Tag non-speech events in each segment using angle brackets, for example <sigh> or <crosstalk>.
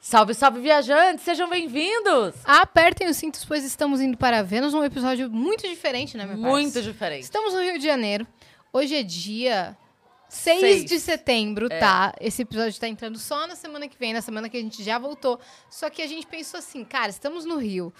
Salve, salve, viajantes! Sejam bem-vindos! Apertem os cintos, pois estamos indo para Vênus, um episódio muito diferente, né, meu parceiro? Muito diferente. Estamos no Rio de Janeiro. Hoje é dia 6, Seis. É. de setembro, tá? Esse episódio tá entrando só na semana que vem, na semana que a gente já voltou. Só que a gente pensou assim, cara, estamos no Rio.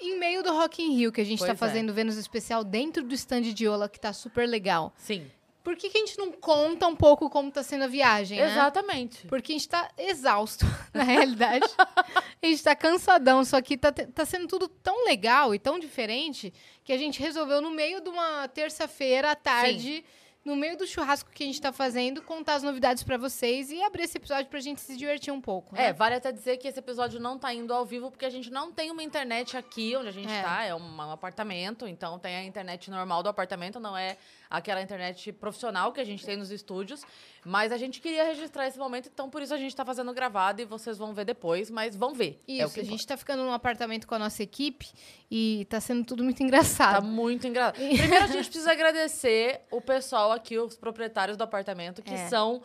Em meio do Rock in Rio, que a gente tá Pois é. fazendo Vênus especial dentro do stand de Ola, que tá super legal. Sim, Por que, que a gente não conta um pouco como tá sendo a viagem, né? exatamente. Porque a gente tá exausto, <laughs> na realidade. a gente tá cansadão, só que tá, te- tá sendo tudo tão legal e tão diferente que a gente resolveu, no meio de uma terça-feira à tarde, no meio do churrasco que a gente tá fazendo, contar as novidades pra vocês e abrir esse episódio pra gente se divertir um pouco. né? É, vale até dizer que esse episódio não tá indo ao vivo porque a gente não tem uma internet aqui onde a gente É. tá, é um, um apartamento, então tem a internet normal do apartamento, não é aquela internet profissional que a gente tem nos estúdios, mas a gente queria registrar esse momento, então por isso a gente tá fazendo gravado e vocês vão ver depois, mas vão ver. Isso, é o que a importa. gente tá ficando num apartamento com a nossa equipe e tá sendo tudo muito Tá engraçado. muito <laughs> engraçado. Primeiro, a gente precisa agradecer o pessoal aqui, os proprietários do apartamento, que É. são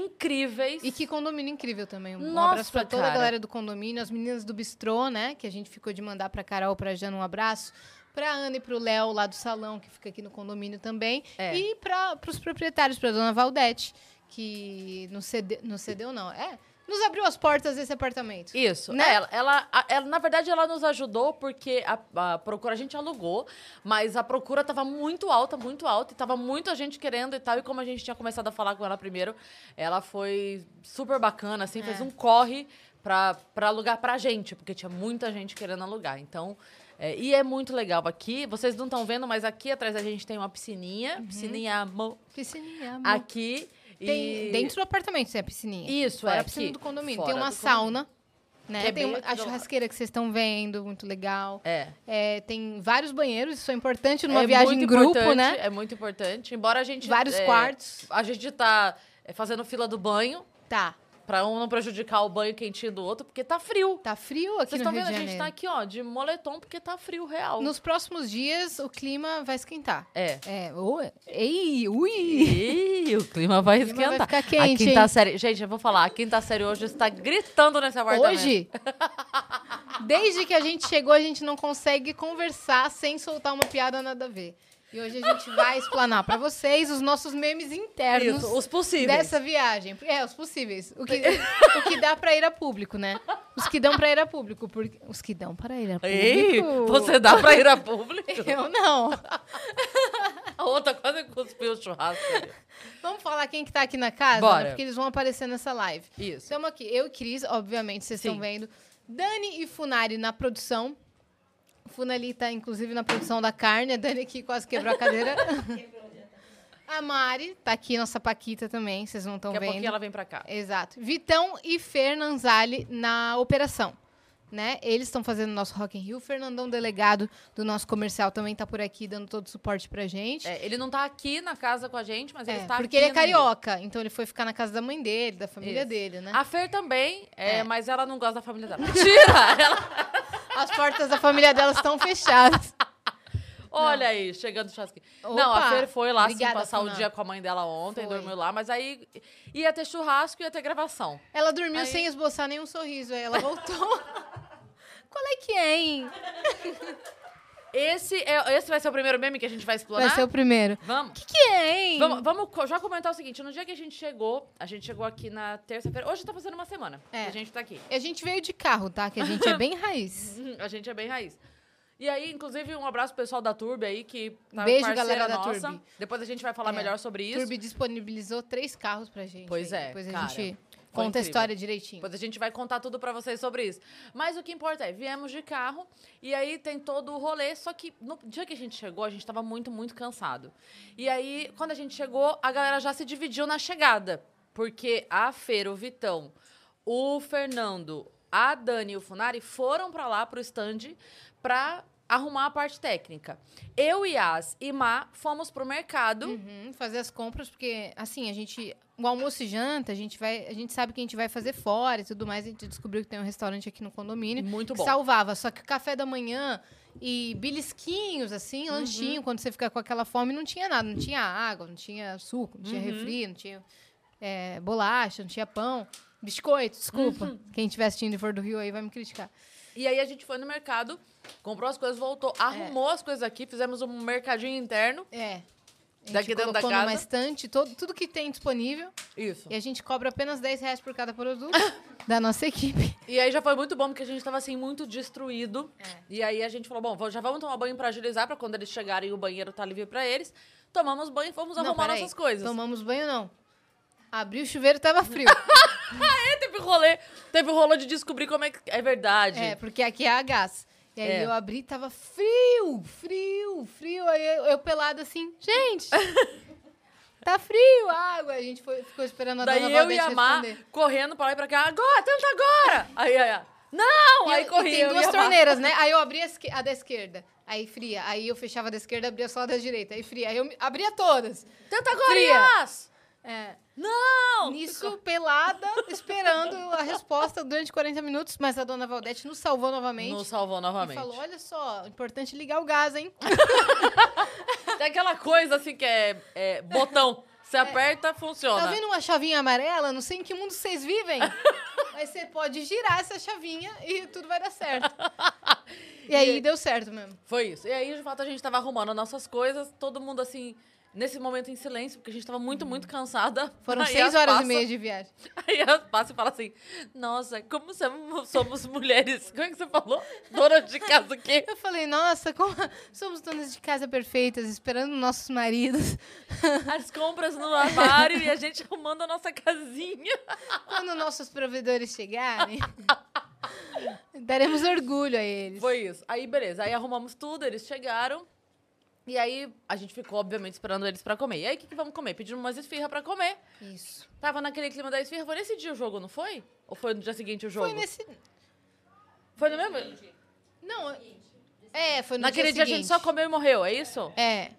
incríveis. E que condomínio incrível também. Um Nossa, abraço pra toda cara. a galera do condomínio, as meninas do bistrô, né? Que a gente ficou de mandar pra Carol, pra Jana um abraço. Pra Ana e pro Léo lá do salão, que fica aqui no condomínio também. É. E pra, pros proprietários, pra dona Valdete, que nos cedeu, nos cedeu não, é? Nos abriu as portas desse apartamento. Isso, Né? É, ela, ela, a- ela- na verdade, ela nos ajudou porque a, a procura, a gente alugou, mas a procura tava muito alta, muito alta, e tava muita gente querendo e tal, e como a gente tinha começado a falar com ela primeiro, ela foi super bacana, assim, É. fez um corre pra, pra alugar pra gente, porque tinha muita gente querendo alugar, então... é, e é muito legal aqui, vocês não estão vendo, mas aqui atrás da gente tem uma piscininha, Uhum. piscininha amor, Piscininha, amor. aqui, Tem, e... Dentro do apartamento tem a piscininha. Isso, Fora é a piscina aqui, do condomínio. fora Tem uma do condomínio. sauna, né? Que é tem bem uma, aqui a do lado. churrasqueira que vocês estão vendo, muito legal. É. É, tem vários banheiros, isso é importante numa É viagem muito em grupo, importante, né? É muito importante. Embora a gente. Vários é, quartos. A gente tá é, fazendo fila do banho, Tá. pra um não prejudicar o banho quentinho do outro, porque tá frio. Tá frio aqui Vocês no estão Rio vendo? A de gente tá Janeiro. aqui, ó, de moletom, porque tá frio real. Nos próximos dias, o clima vai esquentar. É. É. ô, ei, ui! Ih, o clima vai clima vai esquentar. ficar quente, a quinta hein? série. Gente, eu vou falar, a quinta série hoje está gritando nesse apartamento. Hoje, desde que a gente chegou, a gente não consegue conversar sem soltar uma piada nada a ver. E hoje a gente vai explanar pra vocês os nossos memes internos Isso, os possíveis. é. dessa viagem. É, os possíveis. O que, o que dá pra ir a público, né? Os que dão pra ir a público. Porque... Os que dão pra ir a público. Ei, você dá pra ir a público? <laughs> Eu não. A outra quase cuspiu o churrasco. ali. Vamos falar quem que tá aqui na casa? Bora. né? Porque eles vão aparecer nessa live. Isso. Estamos aqui, eu e Cris, obviamente, vocês estão Sim. vendo. Dani e Funari na produção. Funali tá, inclusive, na produção da carne. A Dani aqui quase quebrou a cadeira. a Mari tá aqui, nossa Paquita também, vocês não estão Daqui a vendo. pouquinho ela vem pra cá. Exato. Vitão e Fernanzali na operação. Né? Eles estão fazendo nosso Rock in Rio. O Fernandão, delegado do nosso comercial, também tá por aqui dando todo o suporte pra gente. É, ele não tá aqui na casa com a gente, mas ele É, está porque aqui ele é no carioca, então ele foi ficar na casa da mãe dele, da família Isso. dele, né? Rio. A Fer também, é, É. mas ela não gosta da família dela. <laughs> Mentira! Ela... As portas da família dela estão fechadas. Olha aí, chegando o churrasquinho. Opa! Não, a Fer foi lá assim, Obrigada, passar Funan. o dia com a mãe dela ontem, Foi. dormiu lá, mas aí ia ter churrasco e ia ter gravação. Ela dormiu Aí- sem esboçar nenhum sorriso, aí ela voltou. <laughs> Qual é que é, hein? Esse, é, esse vai ser o primeiro meme que a gente vai explorar? Vai ser o primeiro. O Vamos. que, que é, hein? Vamos, vamos co- já comentar o seguinte: no dia que a gente chegou, a gente chegou aqui na terça-feira. Hoje tá fazendo uma semana É. que a gente tá aqui. A gente veio de carro, tá? Que a gente é bem raiz. Hum, A gente é bem raiz. E aí, inclusive, um abraço pro pessoal da Turb aí, que tá Beijo, parceira galera da nossa. Turb. Depois a gente vai falar É. melhor sobre isso. Turbi disponibilizou três carros pra gente. Pois aí. é, Depois cara, a gente foi conta a incrível. história direitinho. Depois a gente vai contar tudo pra vocês sobre isso. Mas o que importa é, viemos de carro e aí tem todo o rolê, só que no dia que a gente chegou, a gente tava muito, muito cansado. E aí, quando a gente chegou, a galera já se dividiu na chegada, porque a Feira, o Vitão, o Fernando, a Dani e o Funari foram pra lá pro stand pra arrumar a parte técnica. Eu, Yas e Má fomos pro mercado. Uhum, fazer as compras, porque assim, a gente. O almoço e janta, a gente vai. A gente sabe que a gente vai fazer fora e tudo mais. A gente descobriu que tem um restaurante aqui no condomínio. Muito que bom. Salvava. Só que o café da manhã e belisquinhos, assim, lanchinho, quando você fica com aquela fome, não tinha nada. Não Uhum. tinha água, não tinha suco, não tinha refri, não tinha é, eh, bolacha, não tinha pão. Biscoito, desculpa. Uhum. Quem estiver assistindo e for do Rio aí vai me criticar. E aí a gente foi no mercado, comprou as coisas, voltou, arrumou as coisas aqui, fizemos um mercadinho interno. É. A Daqui gente dentro da colocou numa casa? estante todo, tudo que tem disponível Isso. e a gente cobra apenas 10 reais por cada produto <laughs> da nossa equipe. E aí já foi muito bom, porque a gente tava assim, muito destruído. É. E aí a gente falou: bom, vou- já vamos tomar banho pra agilizar, pra quando eles chegarem o banheiro tá livre pra eles. Tomamos banho e fomos Não, arrumar peraí. nossas coisas. Tomamos banho, não. Abri o chuveiro, <laughs> tava frio. Teve rolê, teve rolê de descobrir como é que. É verdade. é, porque aqui é a gás. E aí É. eu abri, tava frio, frio, frio. Aí eu, eu pelada assim, <laughs> gente, tá frio a água. A gente foi- ficou esperando a Daí dona eu Valdete e a Má responder. correndo pra lá e pra cá, agora, tenta agora! Aí, aí, aí, não! E aí eu- e corri. tem eu e duas a Má. torneiras, né? Aí eu abri a, esque- a da esquerda, aí fria. Aí eu fechava a da esquerda, abria só a da direita, aí fria. Aí eu me- abria todas. Tenta agora, Fria. Yas! É. Não! Nisso, <laughs> pelada, esperando a resposta durante 40 minutos, mas a dona Valdete nos salvou novamente. Nos salvou E novamente. falou, olha só, importante ligar o gás, hein? Tem aquela coisa assim que é, é botão. <laughs> Você aperta, funciona. Tá vendo uma chavinha amarela? Não sei em que mundo vocês <laughs> vivem. Mas você pode girar essa chavinha e tudo vai dar <laughs> certo. E aí deu certo mesmo. Foi isso. E aí, de fato, a gente tava arrumando nossas coisas, todo mundo assim, nesse momento em silêncio, porque a gente tava muito, muito cansada. Uhum. Foram Aí seis as horas passa- e meia de viagem. <laughs> Aí ela passa e fala assim: Nossa, como somos somos mulheres. Como é que você falou? Dona de casa o quê? Eu falei, nossa, como <laughs> somos donas de casa perfeitas, esperando nossos maridos. <laughs> As compras no armário e a gente arrumando a nossa casinha. Quando nossos provedores chegarem, <laughs> daremos orgulho a eles. Foi isso. Aí, beleza. Aí arrumamos tudo, eles chegaram. E aí, a gente ficou, obviamente, esperando eles pra comer. E aí, o que, que vamos comer? Pedimos umas esfirra pra comer. Isso. Tava naquele clima da esfirra. Foi nesse dia o jogo, não foi? Ou foi no dia seguinte o jogo? Foi nesse. Foi no mesmo? Não. É, foi no Naquele dia, a gente seguinte. só comeu e morreu, é isso? É.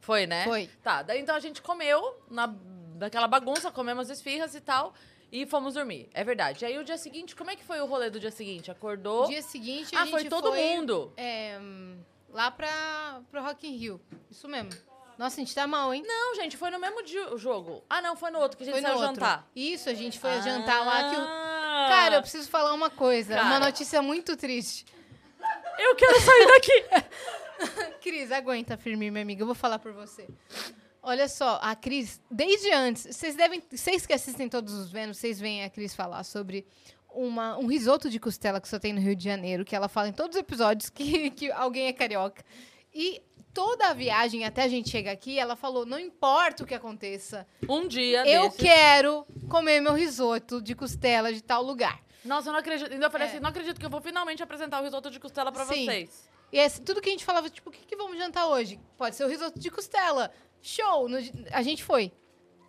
Foi, né? Foi. Tá, daí então a gente comeu, na, naquela bagunça, comemos esfirras e tal, e fomos dormir. É verdade. E aí o dia seguinte, como é que foi o rolê do dia seguinte? Acordou? Dia seguinte. a ah, gente foi todo mundo. é, hum, lá pra, pro Rock in Rio. Isso mesmo. Nossa, a gente tá mal, hein? Não, gente, foi no mesmo dia, o jogo. Ah, não, foi no outro, que a gente foi no saiu outro. jantar. Isso, a gente foi jantar lá que o... Ah! Cara, eu preciso falar uma coisa, uma Cara. notícia muito triste. eu quero sair daqui. <laughs> Cris, aguenta, firme, minha amiga, eu vou falar por você. Olha só, a Cris, desde antes, vocês devem, vocês que assistem todos os Vênus, vocês veem a Cris falar sobre uma- um risoto de costela que só tem no Rio de Janeiro, que ela fala em todos os episódios que, <laughs> que alguém é carioca. E toda a viagem até a gente chegar aqui, ela falou: não importa o que aconteça, um dia eu desses- quero comer meu risoto de costela de tal lugar. Nossa, eu não acredito. Ainda eu falei É. assim, não acredito que eu vou finalmente apresentar o risoto de costela pra Sim. vocês. E aí, tudo que a gente falava, tipo, o que, que vamos jantar hoje? Pode ser o risoto de costela. Show! No di- a gente foi.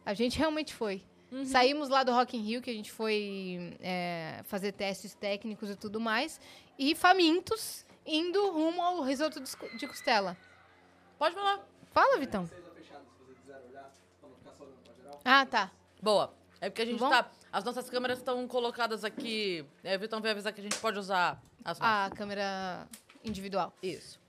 A gente realmente foi. Uhum. Saímos lá do Rock in Rio, que a gente foi é, fazer testes técnicos e tudo mais. E famintos, indo rumo ao risoto de esco- de costela. Pode falar. Fala, Vitão. Ah, tá. Boa. É porque a gente Bom? tá. As nossas câmeras estão colocadas aqui. É, o Vitão veio avisar que a gente pode usar as nossas. A câmera individual. Isso.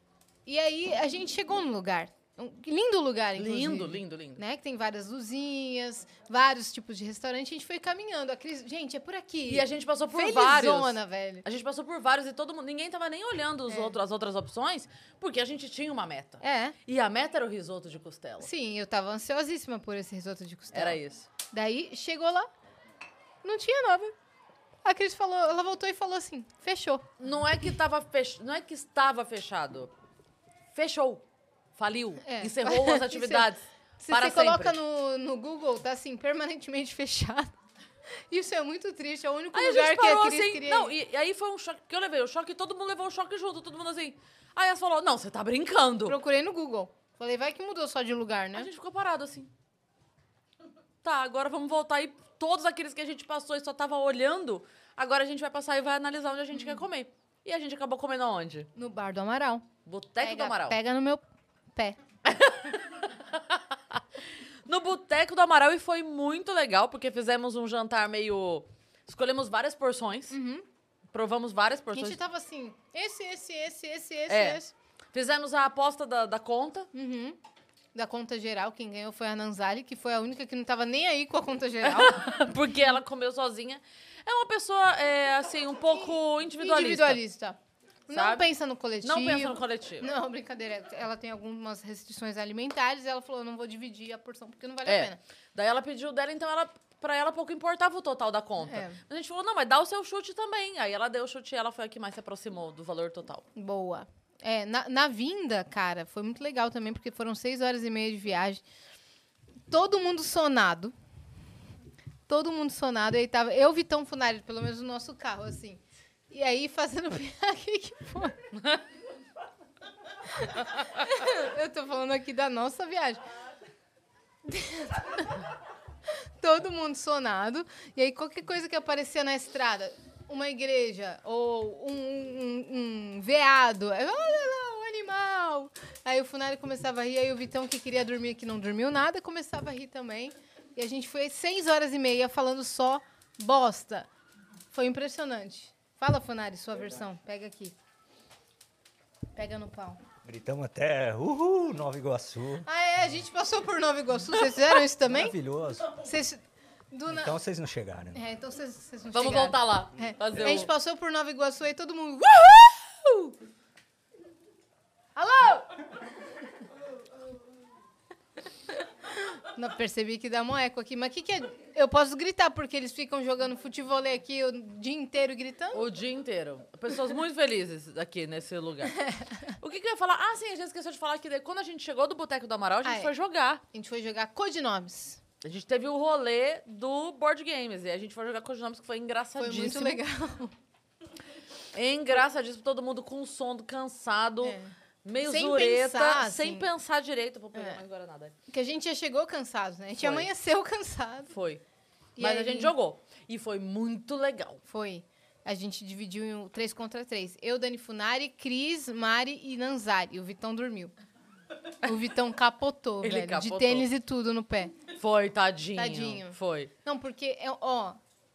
E aí, a gente chegou num lugar. Um lindo lugar, inclusive. Lindo, lindo, lindo. né? Que tem várias luzinhas, vários tipos de restaurante. A gente foi caminhando. A Cris, gente, é por aqui. E a gente passou por Felizona, vários. velho. A gente passou por vários e todo mundo. Ninguém tava nem olhando os outros, as outras opções, porque a gente tinha uma meta. É. E a meta era o risoto de costela. Sim, eu tava ansiosíssima por esse risoto de costela. Era isso. Daí chegou lá, não tinha nada. A Cris falou, ela voltou e falou assim: fechou. Não é que tava fech... não é que estava fechado. Fechou. Faliu. É. Encerrou <laughs> as Encer- atividades. Se para você coloca sempre. no, no Google, tá assim, permanentemente <laughs> fechado. Isso é muito triste, é o único Aí a lugar gente que parou a Cris assim. queria. Não, ir. e, e aí foi um choque que eu levei. O choque, todo mundo levou o choque junto, todo mundo assim. Aí elas falou: Não, você tá brincando. Procurei no Google. Falei, vai que mudou só de lugar, A né? gente ficou parado assim. Tá, agora vamos voltar e todos aqueles que a gente passou e só tava olhando, agora a gente vai passar e vai analisar onde a gente Uhum. quer comer. E a gente acabou comendo aonde? No bar do Amaral. Boteco do Amaral. Pega no meu pé. No Boteco do Amaral e foi muito legal, porque fizemos um jantar meio. Escolhemos várias porções. Provamos várias Uhum. A porções. gente tava assim, esse, esse, esse, esse, esse, É. esse. Fizemos a aposta da, da conta. tá- Uhum. da conta geral. Quem ganhou foi a Nanzali, que foi a única que não tava nem aí com a <laughs> conta geral. <laughs> Porque ela comeu sozinha. É uma pessoa, é, assim, um pouco individualista. Individualista. Não Sabe? pensa no coletivo. Não pensa no coletivo. Não, brincadeira. Ela tem algumas restrições alimentares. Ela falou, eu não vou dividir a porção porque não vale a É. pena. Daí ela pediu dela, então ela pra ela pouco importava o total da conta. É. A gente falou, não, mas dá o seu chute também. Aí ela deu o chute e ela foi a que mais se aproximou do valor total. Boa. É, na, na vinda, cara, foi muito legal também, porque foram seis horas e meia de viagem. Todo mundo sonado. Todo mundo sonado. E aí tava eu, Vitão Funari, pelo menos no nosso carro, assim. E aí, fazendo <laughs> piada, que que foi? <laughs> eu tô falando aqui da nossa viagem. Todo mundo sonado. E aí, qualquer coisa que aparecia na estrada, uma igreja ou um, um- um veado. aí, Olha lá, um animal. Aí o Funari começava a rir, aí o Vitão que queria dormir, que não dormiu nada, começava a rir também. E a gente foi seis horas e meia falando só bosta. Foi impressionante. Fala, Funari, sua versão. Pega aqui. Pega no pau. Gritamos até, uhul, Nova Iguaçu. Ah, é, a gente passou por Nova Iguaçu. Vocês fizeram isso também? Maravilhoso. Vocês... do na- Então vocês não chegaram. É, então vocês vocês não Vamos chegaram. voltar lá. É, Fazer A gente o- passou por Nova Iguaçu e todo mundo. Uhul! Alô! Não percebi que dá um eco aqui, mas o que, que é. Eu posso gritar porque eles ficam jogando futebolê aqui o dia inteiro gritando? O dia inteiro. Pessoas muito felizes aqui nesse lugar. O que, que eu ia falar? Ah, sim, a gente esqueceu de falar que daí, quando a gente chegou do Boteco do Amaral, a gente Ah, é. foi jogar. A gente foi jogar codinomes. A gente teve o rolê do board games. E a gente foi jogar Codinomes, que foi Foi engraçadíssimo. muito legal. Engraçadíssimo, todo mundo com sono, cansado, É. meio Sem zureta, pensar, sem assim. pensar direito. Vou pegar É. mais Guaraná, Dani. Porque a gente já chegou cansado, né? A gente Foi. amanheceu <laughs> cansado. Foi. E Mas a aí? gente jogou. E foi muito legal. Foi. A gente dividiu em 3 contra 3. Eu, Dani Funari, Cris, Mari e Nanzari. O Vitão dormiu. O Vitão capotou, Ele velho. capotou. De tênis e tudo no pé. Foi, tadinho. Tadinho. Foi. Não, porque, é- ó,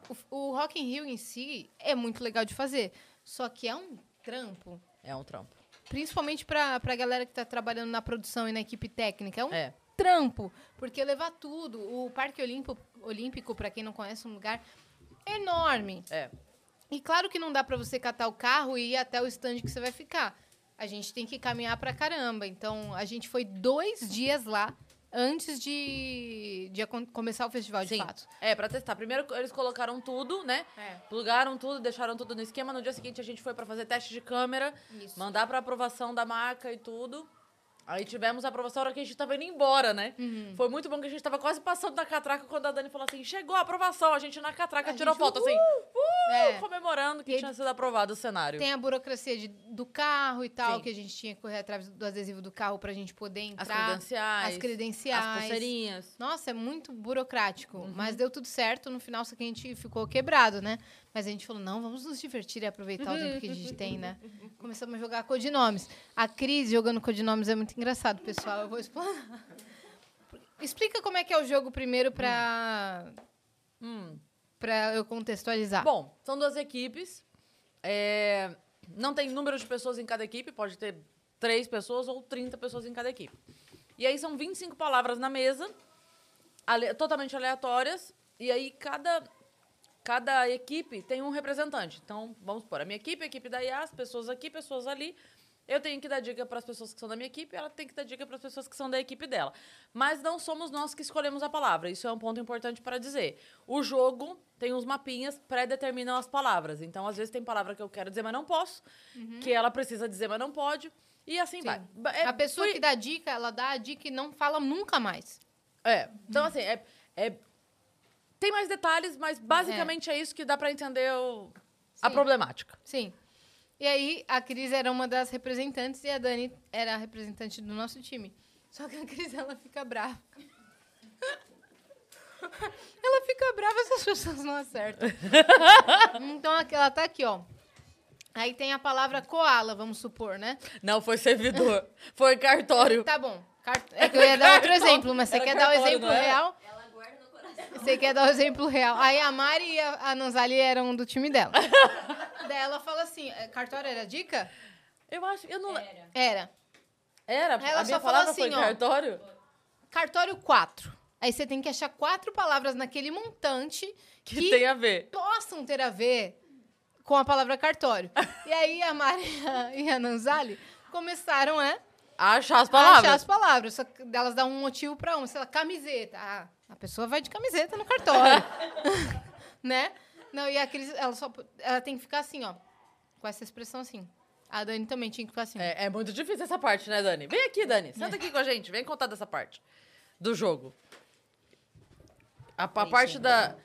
o, o Rock in Rio em si é muito legal de fazer. Só que é um trampo. É um trampo. Principalmente pra, pra galera que tá trabalhando na produção e na equipe técnica. É um É. trampo. Porque levar tudo. O Parque Olimpo, Olímpico, pra quem não conhece, é um lugar enorme. É. E claro que não dá pra você catar o carro e ir até o stand que você vai ficar. A gente tem que caminhar pra caramba. Então, a gente foi dois dias lá antes de, de acon- começar o festival, de Sim. fato. É, pra testar. Primeiro eles colocaram tudo, né? É. Plugaram tudo, deixaram tudo no esquema. No dia seguinte a gente foi pra fazer teste de câmera, Isso. mandar pra aprovação da marca e tudo. Aí tivemos a aprovação a hora que a gente tava indo embora, né? Uhum. Foi muito bom que a gente tava quase passando da catraca quando a Dani falou assim: chegou a aprovação, a gente na catraca A tirou gente, foto, assim, uh, É. comemorando que E aí- tinha sido aprovado o cenário. Tem a burocracia de- do carro e tal, Sim. que a gente tinha que correr atrás do adesivo do carro pra gente poder entrar. As credenciais. As credenciais. As pulseirinhas. Nossa, é muito burocrático. Uhum. Mas deu tudo certo. No final, só que a gente ficou quebrado, né? Mas a gente falou, não, vamos nos divertir e aproveitar o tempo que a gente <laughs> tem, né? Começamos a jogar codinomes. A Cris jogando codinomes é muito engraçado, pessoal. Eu vou explanar. <laughs> Explica como é que é o jogo primeiro pra, Hum. pra eu contextualizar. Bom, são duas equipes. É, não tem número de pessoas em cada equipe, pode ter três pessoas ou 30 pessoas em cada equipe. E aí são 25 palavras na mesa, ale- totalmente aleatórias, e aí cada, cada equipe tem um representante. Então, vamos supor, a minha equipe, a equipe da IA, as pessoas aqui, pessoas ali. Eu tenho que dar dica para as pessoas que são da minha equipe, ela tem que dar dica para as pessoas que são da equipe dela. Mas não somos nós que escolhemos a palavra. Isso é um ponto importante para dizer. O jogo tem uns mapinhas pré-determinam as palavras. Então, às vezes tem palavra que eu quero dizer, mas não posso, que ela precisa dizer, mas não pode, e assim Uhum. Sim. vai. Ba- é a pessoa bri- que dá dica, ela dá a dica e não fala nunca mais. é. Então, assim, é, é- tem mais detalhes, mas basicamente é, isso que dá pra entender o- a Sim. problemática. Sim. E aí, a Cris era uma das representantes e a Dani era a representante do nosso time. Só que a Cris, ela fica brava. <laughs> Ela fica brava se as pessoas <laughs> não acertam. Então, aqui- ela tá aqui, ó. Aí tem a palavra koala, vamos supor, né? Não foi servidor, <laughs> foi cartório. Tá bom. Cart- É que eu ia dar outro Cartão. exemplo, mas você Era quer dar o cartório, exemplo não era? real? Você quer dar o exemplo real. Aí a Mari e a a Nanzali eram do <laughs> time dela. Daí ela fala assim, é, cartório era dica? Eu acho, eu não. Era, Era. era Ela a minha só falou palavra assim, foi ó. cartório? cartório 4. Aí você tem que achar quatro palavras naquele montante Que, que, tem a ver. possam ter a ver com a palavra cartório. e aí a Maria <laughs> e a Nanzali começaram, né? Achar as a palavras. Achar as palavras. Só que elas dão um motivo pra uma. Sei lá, camiseta. Ah, a pessoa vai de camiseta no cartório. <laughs> né? Não, e a Cris, ela só. Ela tem que ficar assim, ó. Com essa expressão assim. A Dani também tinha que ficar assim. É, é muito difícil essa parte, né, Dani? Vem aqui, Dani. Senta aqui com a gente. Vem contar dessa parte do jogo. A, a parte da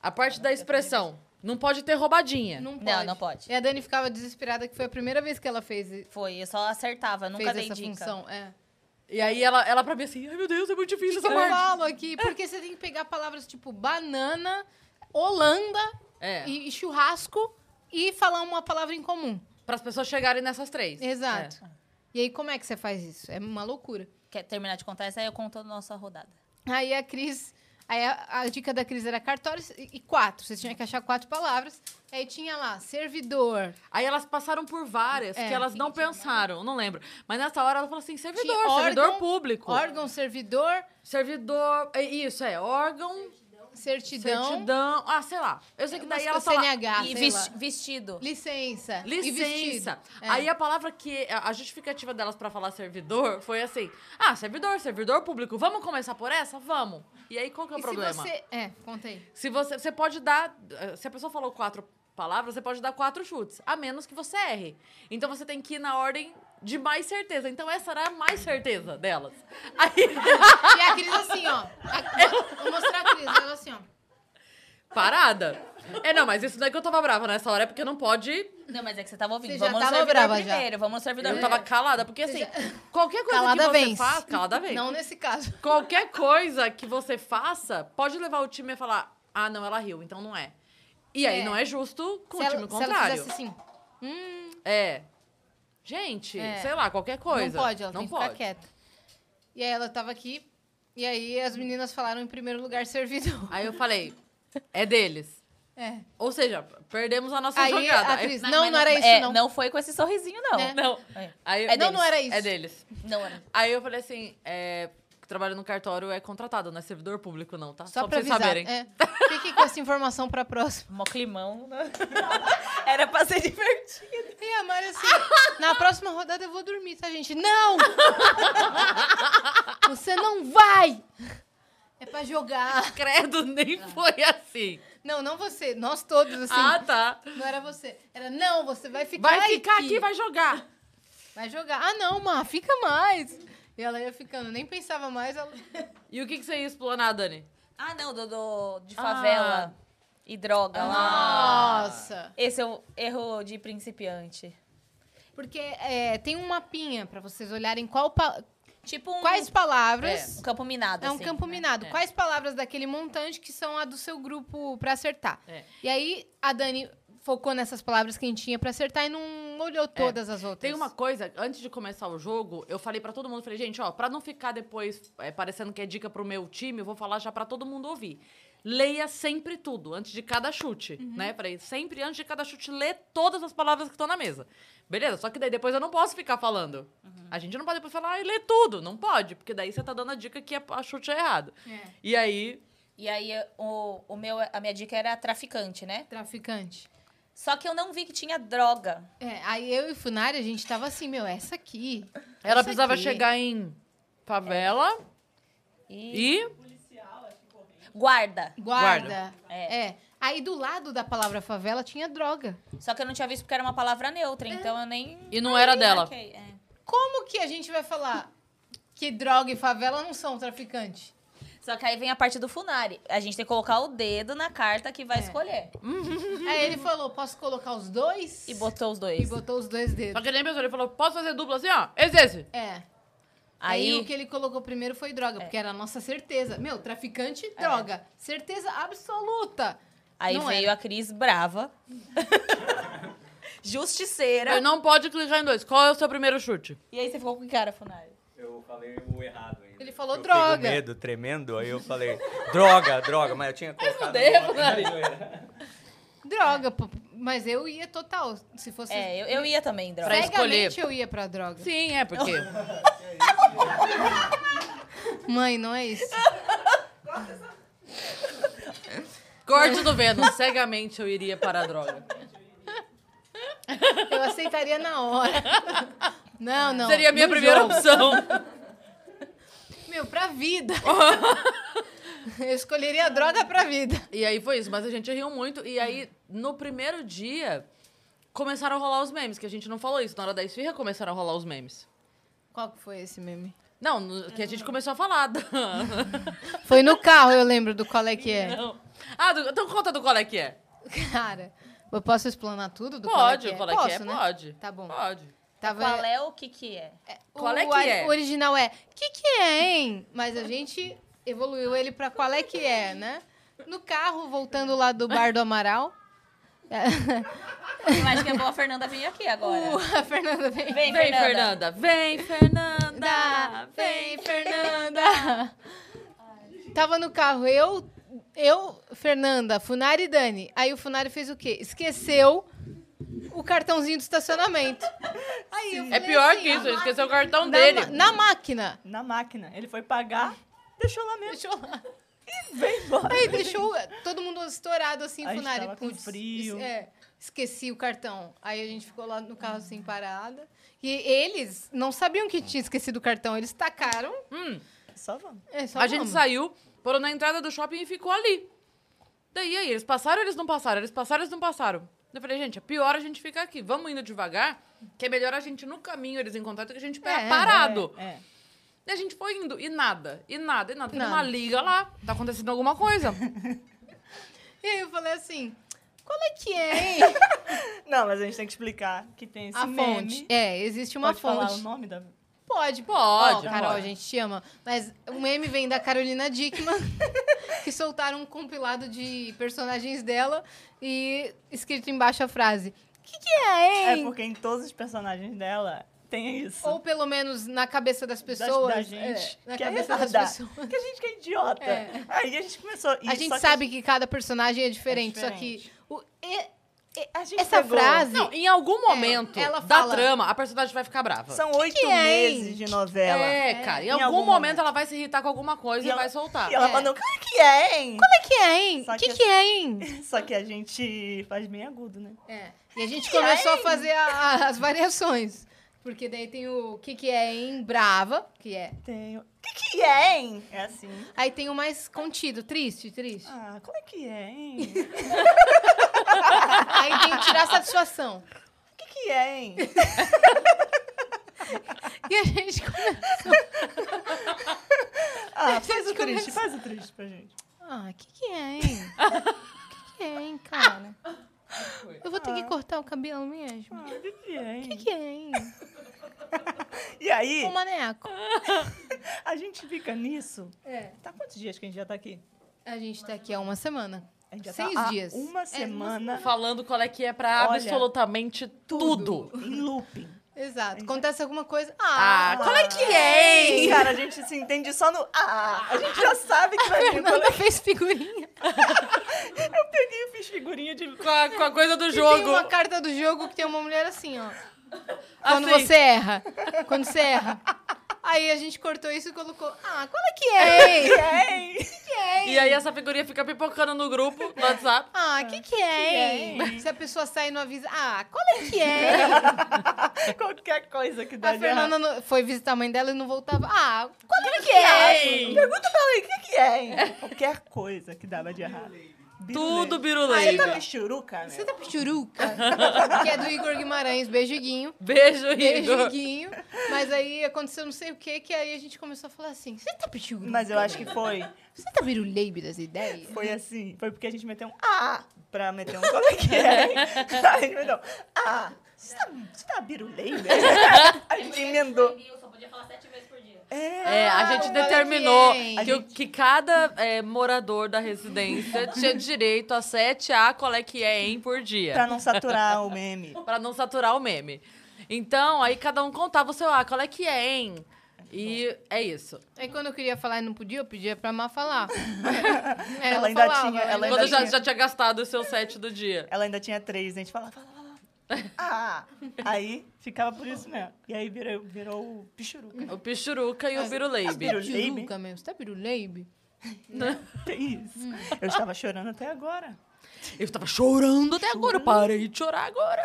a parte da expressão. Não pode ter roubadinha. Não pode. Não, não pode. E a Dani ficava desesperada, que foi a primeira vez que ela fez, fez Foi, eu só acertava, nunca dei essa dica. função. É. E aí ela, ela pra mim assim, ai meu Deus, é muito difícil essa Eu parte. falo aqui, porque você tem que pegar palavras tipo banana, Holanda É, e, e churrasco e falar uma palavra em comum. pras pessoas chegarem nessas três. Exato. E aí, como é que você faz isso? É uma loucura. Quer terminar de contar essa aí? Eu conto a nossa rodada. Aí a Cris. Aí a, a dica da Cris era cartório e e quatro. Você tinha que achar quatro palavras. Aí tinha lá, servidor, É. Aí elas passaram por várias É. que elas não pensaram, não lembro. Mas nessa hora ela falou assim, servidor, Tinha servidor órgão, público. órgão, servidor, Servidor, é isso, é, órgão, certidão, certidão. Ah, sei lá. Eu sei que daí ela umas- fala... CNH, e Ah, sei vis- lá. vestido. licença. e Licença. vestido. É. Aí a palavra que. A a justificativa delas pra falar servidor foi assim: ah, servidor, servidor público, vamos começar por essa? Vamos. E aí qual que é o E problema? Se você... É, conta aí. Se você, você pode dar. eh, Se a pessoa falou quatro palavras, você pode dar quatro chutes, a menos que você erre. Então você tem que ir na ordem de mais certeza. Então essa era a mais certeza delas. Aí. <laughs> E a Cris assim, ó. A- vou mostrar a Cris, ela assim, ó. Parada. É, não, mas isso não é que eu tava brava nessa hora, é porque não pode. Não, mas é que você tava ouvindo. Você já vamos no tava servidor brava já. primeiro, vamos no servidor Eu tava calada, porque assim, qualquer coisa Calada que você vence. faz, calada vem. Não nesse caso. Qualquer coisa que você faça pode levar o time a falar: ah, não, ela riu, então não é. E aí É. não é justo com Se o ela- time Se ela contrário. fizesse assim, hum, É. Gente, É. sei lá, qualquer coisa. não pode, ela não tem que pode. ficar quieta. E aí ela tava aqui, e aí as meninas falaram em primeiro lugar <laughs> servidor. Aí eu falei: é deles. É. Ou seja, perdemos a nossa Aí jogada. a Aí- Cris, né? não, não era isso, é, não. Não foi com esse sorrisinho, não. É. Não. É. Aí, É não, deles. não era isso. É É deles. Não era. Aí eu falei assim: é, trabalho no cartório é contratado, não é servidor público, não, tá? Só, pra pra vocês avisar. saberem. É. Fique com essa informação pra <laughs> próxima. Mó climão. né? <laughs> era pra ser divertido. E a Mari assim, na próxima rodada eu vou dormir, tá, gente? <laughs> Não! Você não vai! É pra <laughs> jogar. Credo, nem Ah. foi assim. Não, não você. Nós todos, assim. Ah, tá. Não era você. Era, não, você vai ficar Vai aí ficar aqui, vai jogar. Vai jogar. Ah, não, Má, fica mais. E ela ia ficando, nem pensava mais. <laughs> Ela... E o que, que você ia explanar, Dani? Ah, não, do, do- de Ah. favela e droga lá. Nossa. Esse é o erro de principiante. Porque é, tem um mapinha pra vocês olharem qual pa- Tipo um, quais um palavras... É. campo minado, um assim, campo né? minado. É. Quais palavras daquele montante que são a do seu grupo pra acertar? É. E aí a Dani focou nessas palavras que a gente tinha pra acertar e não olhou todas as outras. Tem uma coisa, antes de começar o jogo, eu falei pra todo mundo, falei, gente, ó, pra não ficar depois é, parecendo que é dica pro meu time, eu vou falar já pra todo mundo ouvir. Leia sempre tudo, antes de cada chute, Uhum. né? Falei, sempre antes de cada chute, lê todas as palavras que estão na mesa. Beleza, só que daí depois eu não posso ficar falando. Uhum. A gente não pode depois falar, ai, lê tudo. Não pode, porque daí você tá dando a dica que a, a chute é errado. É. E aí, E aí, o, o meu, a minha dica era traficante, né? Traficante. Só que eu não vi que tinha droga. É, aí eu e o Funari, a gente tava assim, meu, essa aqui. ela essa precisava É aqui. chegar em favela É. E... e... Guarda. Guarda. Guarda. É. Aí do lado da palavra favela tinha droga. Só que eu não tinha visto porque era uma palavra neutra, então eu nem... E não era nem dela. marquei, é. Como que a gente vai falar que droga e favela não são traficante? Só que aí vem a parte do Funari. A gente tem que colocar o dedo na carta que vai É. escolher. Aí ele falou, posso colocar os dois? Uhum. E botou os dois. E botou os dois Só dedos. que ele nem pensou, ele falou, posso fazer dupla assim, ó? Esse, esse. É. Aí... Aí, É. o que ele colocou primeiro foi droga, porque era a nossa certeza. Meu, traficante, droga. Certeza absoluta. aí Não é veio era. a Cris brava. <laughs> Justiceira. Ele não pode clicar em dois. Qual é o seu primeiro chute? E aí você ficou com que cara, Funari? Eu falei o errado ainda. Ele falou eu droga. Fiquei com medo tremendo, aí eu falei, droga, droga, mas eu tinha colocado... devo, Droga, pô. mas eu ia total. Se fosse. É, eu, eu ia também, droga. Pra escolher. é, Cegamente eu ia pra droga. Sim, é porque. Mãe, não é isso. <laughs> Corte do Vênus. Cegamente eu iria para a droga. Eu aceitaria na hora. <laughs> Não, não. Seria a minha no primeira jogo. opção. Meu, pra <laughs> vida. Eu escolheria a droga pra vida. E aí foi isso, mas a gente riu muito. E aí, no primeiro dia, começaram a rolar os memes, que a gente não falou isso. Na hora da esfirra, começaram a rolar os memes. Qual que foi esse meme? Não, no- que a gente começou a falar. da- Foi no carro, eu lembro do qual é que <laughs> é. Não. Ah, do- então conta do qual é que é. Cara, eu posso explanar tudo do qual é Pode, que é? o qual é que é, Posso, né? pode. Tá bom. Pode. Tava... Qual é o que que é? Qual é o que ori- é? O original é que que é, hein? Mas a gente evoluiu ele pra qual é que é, né? No carro, voltando lá do bar do Amaral. <laughs> Eu acho que é boa a Fernanda vir aqui agora. A Fernanda Uh, vem. Vem, Vem, Fernanda. Fernanda. Vem, Fernanda. Fernanda, vem, Fernanda. Tava no carro, eu, eu, Fernanda, Funari e Dani. Aí o Funari fez o quê? Esqueceu o cartãozinho do estacionamento. Aí eu É falei pior assim, que isso, esqueceu o cartão na, dele. ma- na máquina. Na máquina. Ele foi pagar, deixou lá mesmo. Deixou lá. Vem embora. Aí deixou todo mundo estourado assim, A gente Funari. tava com Putz, frio. es- é, esqueci o cartão. Aí a gente ficou lá no carro assim, parada. E eles não sabiam que tinha esquecido o cartão. Eles tacaram. Só vamos. É, só A gente vamos. saiu, foram na entrada do shopping e ficou ali. Daí aí, eles passaram, eles não passaram, eles passaram, eles não passaram. Eu falei, gente, é pior a gente ficar aqui. Vamos indo devagar, que é melhor a gente no caminho eles encontrar do que a gente ficar É, parado. É. E a gente foi indo, e nada, e nada, e nada. Tem Nada. uma liga lá, tá acontecendo alguma coisa. E aí eu falei assim, qual é que <laughs> é, hein? Não, mas a gente tem que explicar que tem esse a meme. fonte. É, existe uma Pode falar o fonte. nome da... Pode, Pode, Ó, Carol, pode. a gente te ama. Mas o meme vem da Carolina Dickman, <laughs> que soltaram um compilado de personagens dela e escrito embaixo a frase, que que é, É hein? porque em todos os personagens dela tem isso. Ou pelo menos na cabeça das Das- pessoas. da gente. é, na que é cabeça das retardada. pessoas. Que a gente que é idiota. É. Aí a gente começou... e A só gente que sabe que cada personagem é diferente, diferente. só que... o- e- A gente essa pegou- frase... Não, em algum momento ela da fala- trama, a personagem vai ficar brava. São oito que é, hein? meses de novela. É, cara, em, Em algum, algum momento, momento. ela vai se irritar com alguma coisa e, E ela- vai soltar. E ela É. mandou, cara, que é, hein? Como é que é, hein? Só Que que- que é, hein? Só que a gente faz bem agudo, né? É. E a gente começou a fazer a- a- as variações. Porque daí tem o que que é em brava, que é. Tem... o- Que que é, hein? É assim. Aí tem o mais contido, triste, triste. Ah, como é que é, hein? Aí tem tirar satisfação. que que é, hein? E a gente come... <laughs> Ah, faz o triste, começou. faz o triste pra gente. Ah, que que é, hein? Que que é, hein, cara? Eu vou ter que cortar o cabelo mesmo. Ah, que que é, Que hein? que é, <laughs> hein? E aí, O maneco. a gente fica nisso. É. Tá quantos dias que a gente já tá aqui? A gente tá aqui há uma semana. A gente já Seis tá há dias. É, uma semana Falando qual é que é pra Olha, absolutamente tudo. em looping. Exato. Acontece alguma coisa. Ah! <laughs> Ah, qual é que é, hein? Cara, a gente se entende só no... Ah, a gente já sabe <laughs> que vai vir. Fernanda fez figurinha. Eu peguei e fiz figurinha de... com a, com a coisa do E Tem jogo. uma carta do jogo que tem uma mulher assim, ó. Quando Assim. você erra. Quando você erra. Aí a gente cortou isso e colocou. Ah, qual é que é, hein? É, hein? E aí essa figurinha fica pipocando no grupo no WhatsApp. Ah, que que é, hein? Se a pessoa sai e não avisa. Ah, qual é que <laughs> é, hein? <laughs> Qualquer coisa que dá A de errado. Fernanda não- foi visitar a mãe dela e não voltava. Ah, qual é que é, hein? Pergunta pra ela aí, o que, que é, hein? Qualquer coisa que dava de errado. Tudo Você biruleiro. tá michuruca, né? Você tá pichuruca? que é do Igor Guimarães. Beijo, Guinho. Beijo, Beijo, Igor. Guinho. Mas aí aconteceu não sei o que, que aí a gente começou a falar assim: você tá pichuruca? Mas eu acho que foi. Você tá biruleibe das ideias? Foi assim. Foi porque a gente meteu um ah pra meter um como é que é. <laughs> hein? a gente meteu um ah. Você tá, você tá biruleiro? <laughs> a gente emendou. Eu só podia falar sete vezes por dia. É. É, a Ah, gente olha determinou quem. que, o- que cada é, morador da <laughs> residência tinha direito a 7A qual é que é em por Pra dia. não saturar o meme. Pra não saturar o meme. Então, aí cada um contava o seu A, qual é que é, hein? E é isso. Aí quando eu queria falar e não podia, eu pedia pra Má falar. Aí Ela ainda tinha- ela Quando ainda já, tinha- já tinha gastado o seu set do dia. Ela ainda tinha três, né? a gente falava. fala, fala, fala. Ah! Aí ficava por isso mesmo. E aí virou, virou o pichuruca. O Pichuruca e o Biruleibe. Biruleibe? Piruca mesmo. Você tá biruleibe? Tem isso. Eu estava chorando até agora. Eu tava chorando até agora, eu parei de chorar agora.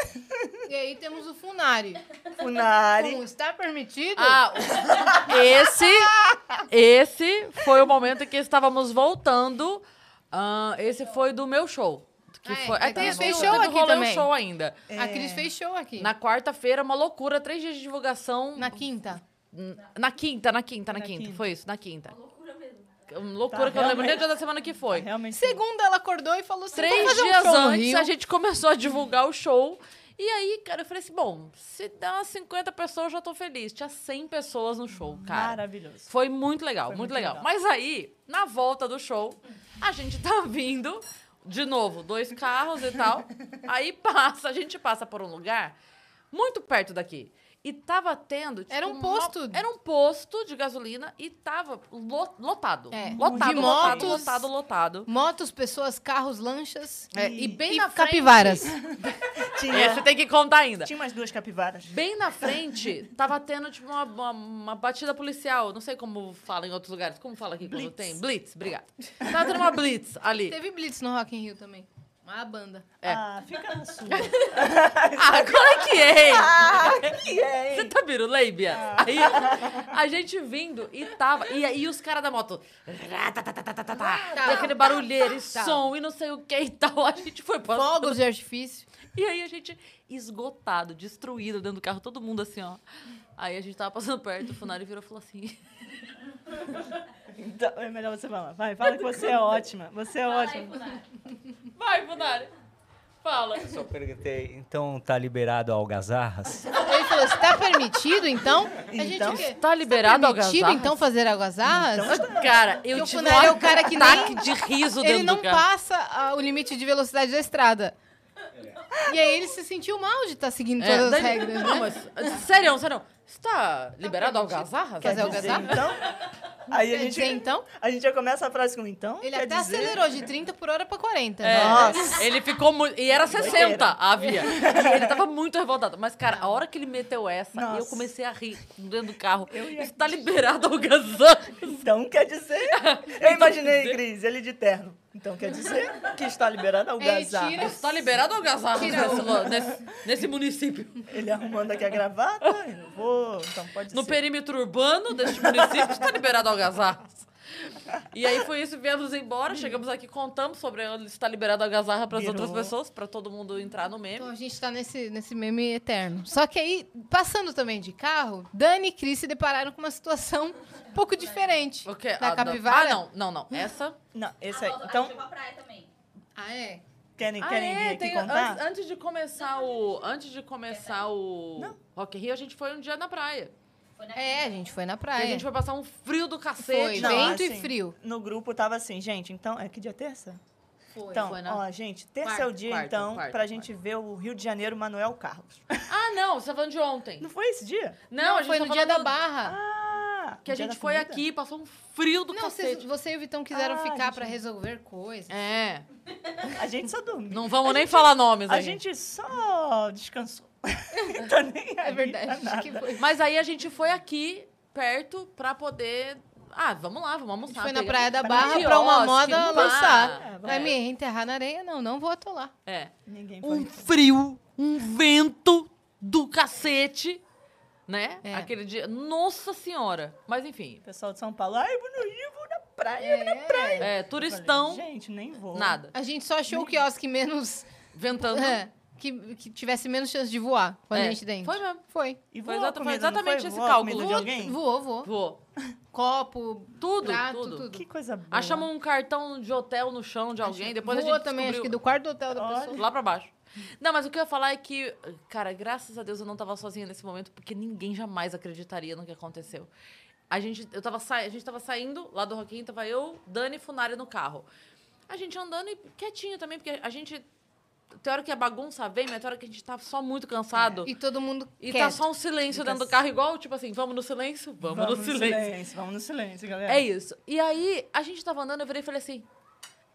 E aí temos o Funari. <laughs> Funari. Fun, está permitido? Ah, o- esse, esse foi o momento em que estávamos voltando. Ah, esse foi do meu show. Que Ah, é, foi, que ah, tem, teve tem, show tem do aqui rolê também. o show ainda. A Cris fez show aqui. Na, Na quarta-feira, uma loucura, três dias de divulgação. Na, quinta. quinta, na quinta, na, quinta. Na quinta. Foi isso, na quinta. Uma loucura mesmo. loucura que eu não lembro nem o realmente. dia da semana que foi. Realmente. Segunda, ela acordou e falou assim: "Vamos Três fazer um dias show no antes, Rio?" a gente começou a divulgar o show. E aí, cara, eu falei assim, bom, se dá umas 50 pessoas, eu já tô feliz. Tinha 100 pessoas no show, cara. Maravilhoso. Foi muito legal, Foi muito, muito legal. legal. Mas aí, na volta do show, a gente tá vindo, de novo, dois carros e tal. Aí passa, a gente passa por um lugar muito perto daqui. E tava tendo. tipo, Era um uma- posto. era um posto de gasolina e tava lo- lotado. É, Lotado, lotado, de motos. lotado, lotado. Motos, pessoas, carros, lanchas. É, e bem e na frente- capivaras. É, você Tinha, tem que contar ainda. tinha umas duas capivaras. Bem na frente, tava tendo tipo uma, uma, uma batida policial. Não sei como fala em outros lugares. Como fala aqui quando Blitz. tem? Blitz, obrigada. Tava tendo uma blitz ali. Teve Blitz no Rock in Rio também. A banda. É. Ah, fica na <laughs> sua. Ah, qual é que é? hein? Ah. E aí? Você tá birulei, Bia? Aí a gente vindo e tava. E aí os caras da moto. rá, tá, tá, tá, tá, tá, tá, tá, Tá. e aquele barulheiro e Tá. som e não sei o que e tal. A gente foi pra. Fogos de artifício. E aí a gente esgotado, destruído dentro do carro, todo mundo assim, ó. Aí a gente tava passando perto, o Funari virou e falou assim. <laughs> Então, é melhor você falar. Vai, fala que você é ótima. Você é ótima. Vai, Funari! Fala! Só perguntei, então tá liberado algazarras? Ele falou: está permitido, então? A gente Então? o quê? Tá liberado Está é permitido, algazarras? Então, então, fazer algazarras? Cara, eu Porque o tive um Funari é o cara que nem- ataque de riso dentro ele não do carro. passa ah, o limite de velocidade da estrada. E aí ele se sentiu mal de estar seguindo É, todas as daí- regras, Não, né? mas, sério, sério. Você tá liberado algazarra? Quer dizer, Quer dizer, algazarra? então? Aí a Quer dizer, gente, então? a gente já começa a frase com então. Ele quer até dizer... acelerou de 30 por hora pra 40. É, né? Nossa. Ele ficou muito. E era 60 a via. E ele tava muito revoltado. Mas, cara, a hora que ele meteu essa, Nossa. eu comecei a rir dentro do carro. Eu ia- Isso tá liberado algazarra. Então quer dizer. Então Eu imaginei, Cris, ele de terno. Então quer dizer que está liberado ao É, gazar. tira- Isso tá liberado algazarra Tira nesse, um. lo- nesse, nesse município. Ele arrumando aqui a gravata, eu não vou. Então pode No ser. perímetro urbano deste município, está liberado algazarra. E aí foi isso, viemos embora, chegamos aqui, contamos sobre está liberado algazarra para as Virou. outras pessoas, para todo mundo entrar no meme. Então a gente tá nesse, nesse meme eterno. Só que aí, passando também de carro, Dani e Cris se depararam com uma situação um pouco diferente. O quê? Da Ah, não. capivara? Ah, não, não, não. Essa. Não, esse aí. Então, pra praia também. Ah, é? querem, Ah, querem vir é, aqui tem, contar? antes, antes de começar o. Antes de começar o Rock in Rio, a gente foi um dia na praia. É, a gente foi na E praia. a gente foi passar um frio do Foi, cacete. Não, vento e assim, frio. No grupo tava assim, gente, então. É que dia é terça? Foi. Então, foi na- ó, gente, terça é o Quarta, dia, quarta, então, quarta, pra gente ver o Rio de Janeiro Manuel Carlos. Ah, não, você tá falando de ontem. Não foi esse dia? Não, a gente foi tá no dia da falando barra. Ah! Que a dia gente da foi comida? aqui, passou um frio do não, vocês- cacete. você e o Vitão quiseram Ah, ficar gente. pra resolver coisas. É. A gente só dormiu. Não vamos nem falar nomes A aí. gente só descansou. <laughs> tá nem É aí verdade. pra acho nada. que foi. Mas aí a gente foi aqui, perto, pra poder. Ah, vamos lá, vamos almoçar. A gente foi na pegar- Praia da pegar Barra um pra uma quiosque, moda um bar. lançar. É, Vai me enterrar na areia? Não, não vou atolar. É. Ninguém foi. um frio, um vento do cacete, né? É. Aquele dia. Nossa senhora! Mas enfim. O pessoal de São Paulo, ai, eu vou no Rio, vou na praia. Eu É. É, turistão, Falei, gente, nem vou. nada. A gente só achou o quiosque menos. Ventando. <laughs> é, que, que tivesse menos chance de voar com a É, gente dentro. Foi mesmo. Foi. Foi E voou a exata- foi comida, não exatamente foi? esse Voou a cálculo. comida de Voou- alguém? Voou, voou. Voou. Copo, Tudo, prato, tudo. tudo. Que coisa boa. Achamos um cartão de hotel no chão de alguém, depois a voou gente também, acho que descobriu do quarto do hotel da Olha. pessoa. lá pra baixo. Não, mas o que eu ia falar é que, cara, graças a Deus eu não tava sozinha nesse momento, porque ninguém jamais acreditaria no que aconteceu. A gente, eu tava sa... a gente tava saindo lá do Roquinho, tava eu, Dani e Funari no carro. A gente andando e quietinho também, porque a gente. Tem hora que a bagunça vem, mas tem hora que a gente tá só muito cansado. É, E todo mundo E quieto. tá só um silêncio dentro do carro, igual, tipo assim, vamos no silêncio? Vamos, Vamos no silêncio. Vamos no silêncio, galera. É isso. E aí, a gente tava andando, eu virei e falei assim,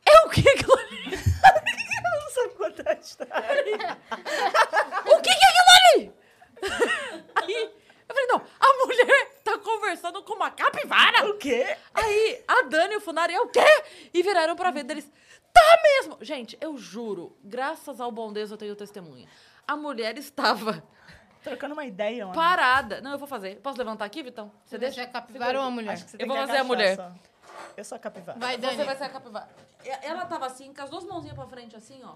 é o que aquilo ali? Não sabe é quando da Star. O que, que é aquilo ali? Aí eu falei, não, a mulher tá conversando com uma capivara. O quê? Aí a Dani e o Funari, eu, o quê? E viraram pra ver deles. Tá mesmo! Gente, eu juro, graças ao bom Deus eu tenho testemunha. A mulher estava Trocando uma ideia, mano. parada. Não, eu vou fazer. Posso levantar aqui, Vitão? Você deixa? é a capivara ou a mulher? Acho que você Eu tem vou que fazer a agachar mulher. só. Eu sou a capivara. Vai, Dani. Você vai ser a capivara. E- Ela tava assim, com as duas mãozinhas pra frente, assim, ó.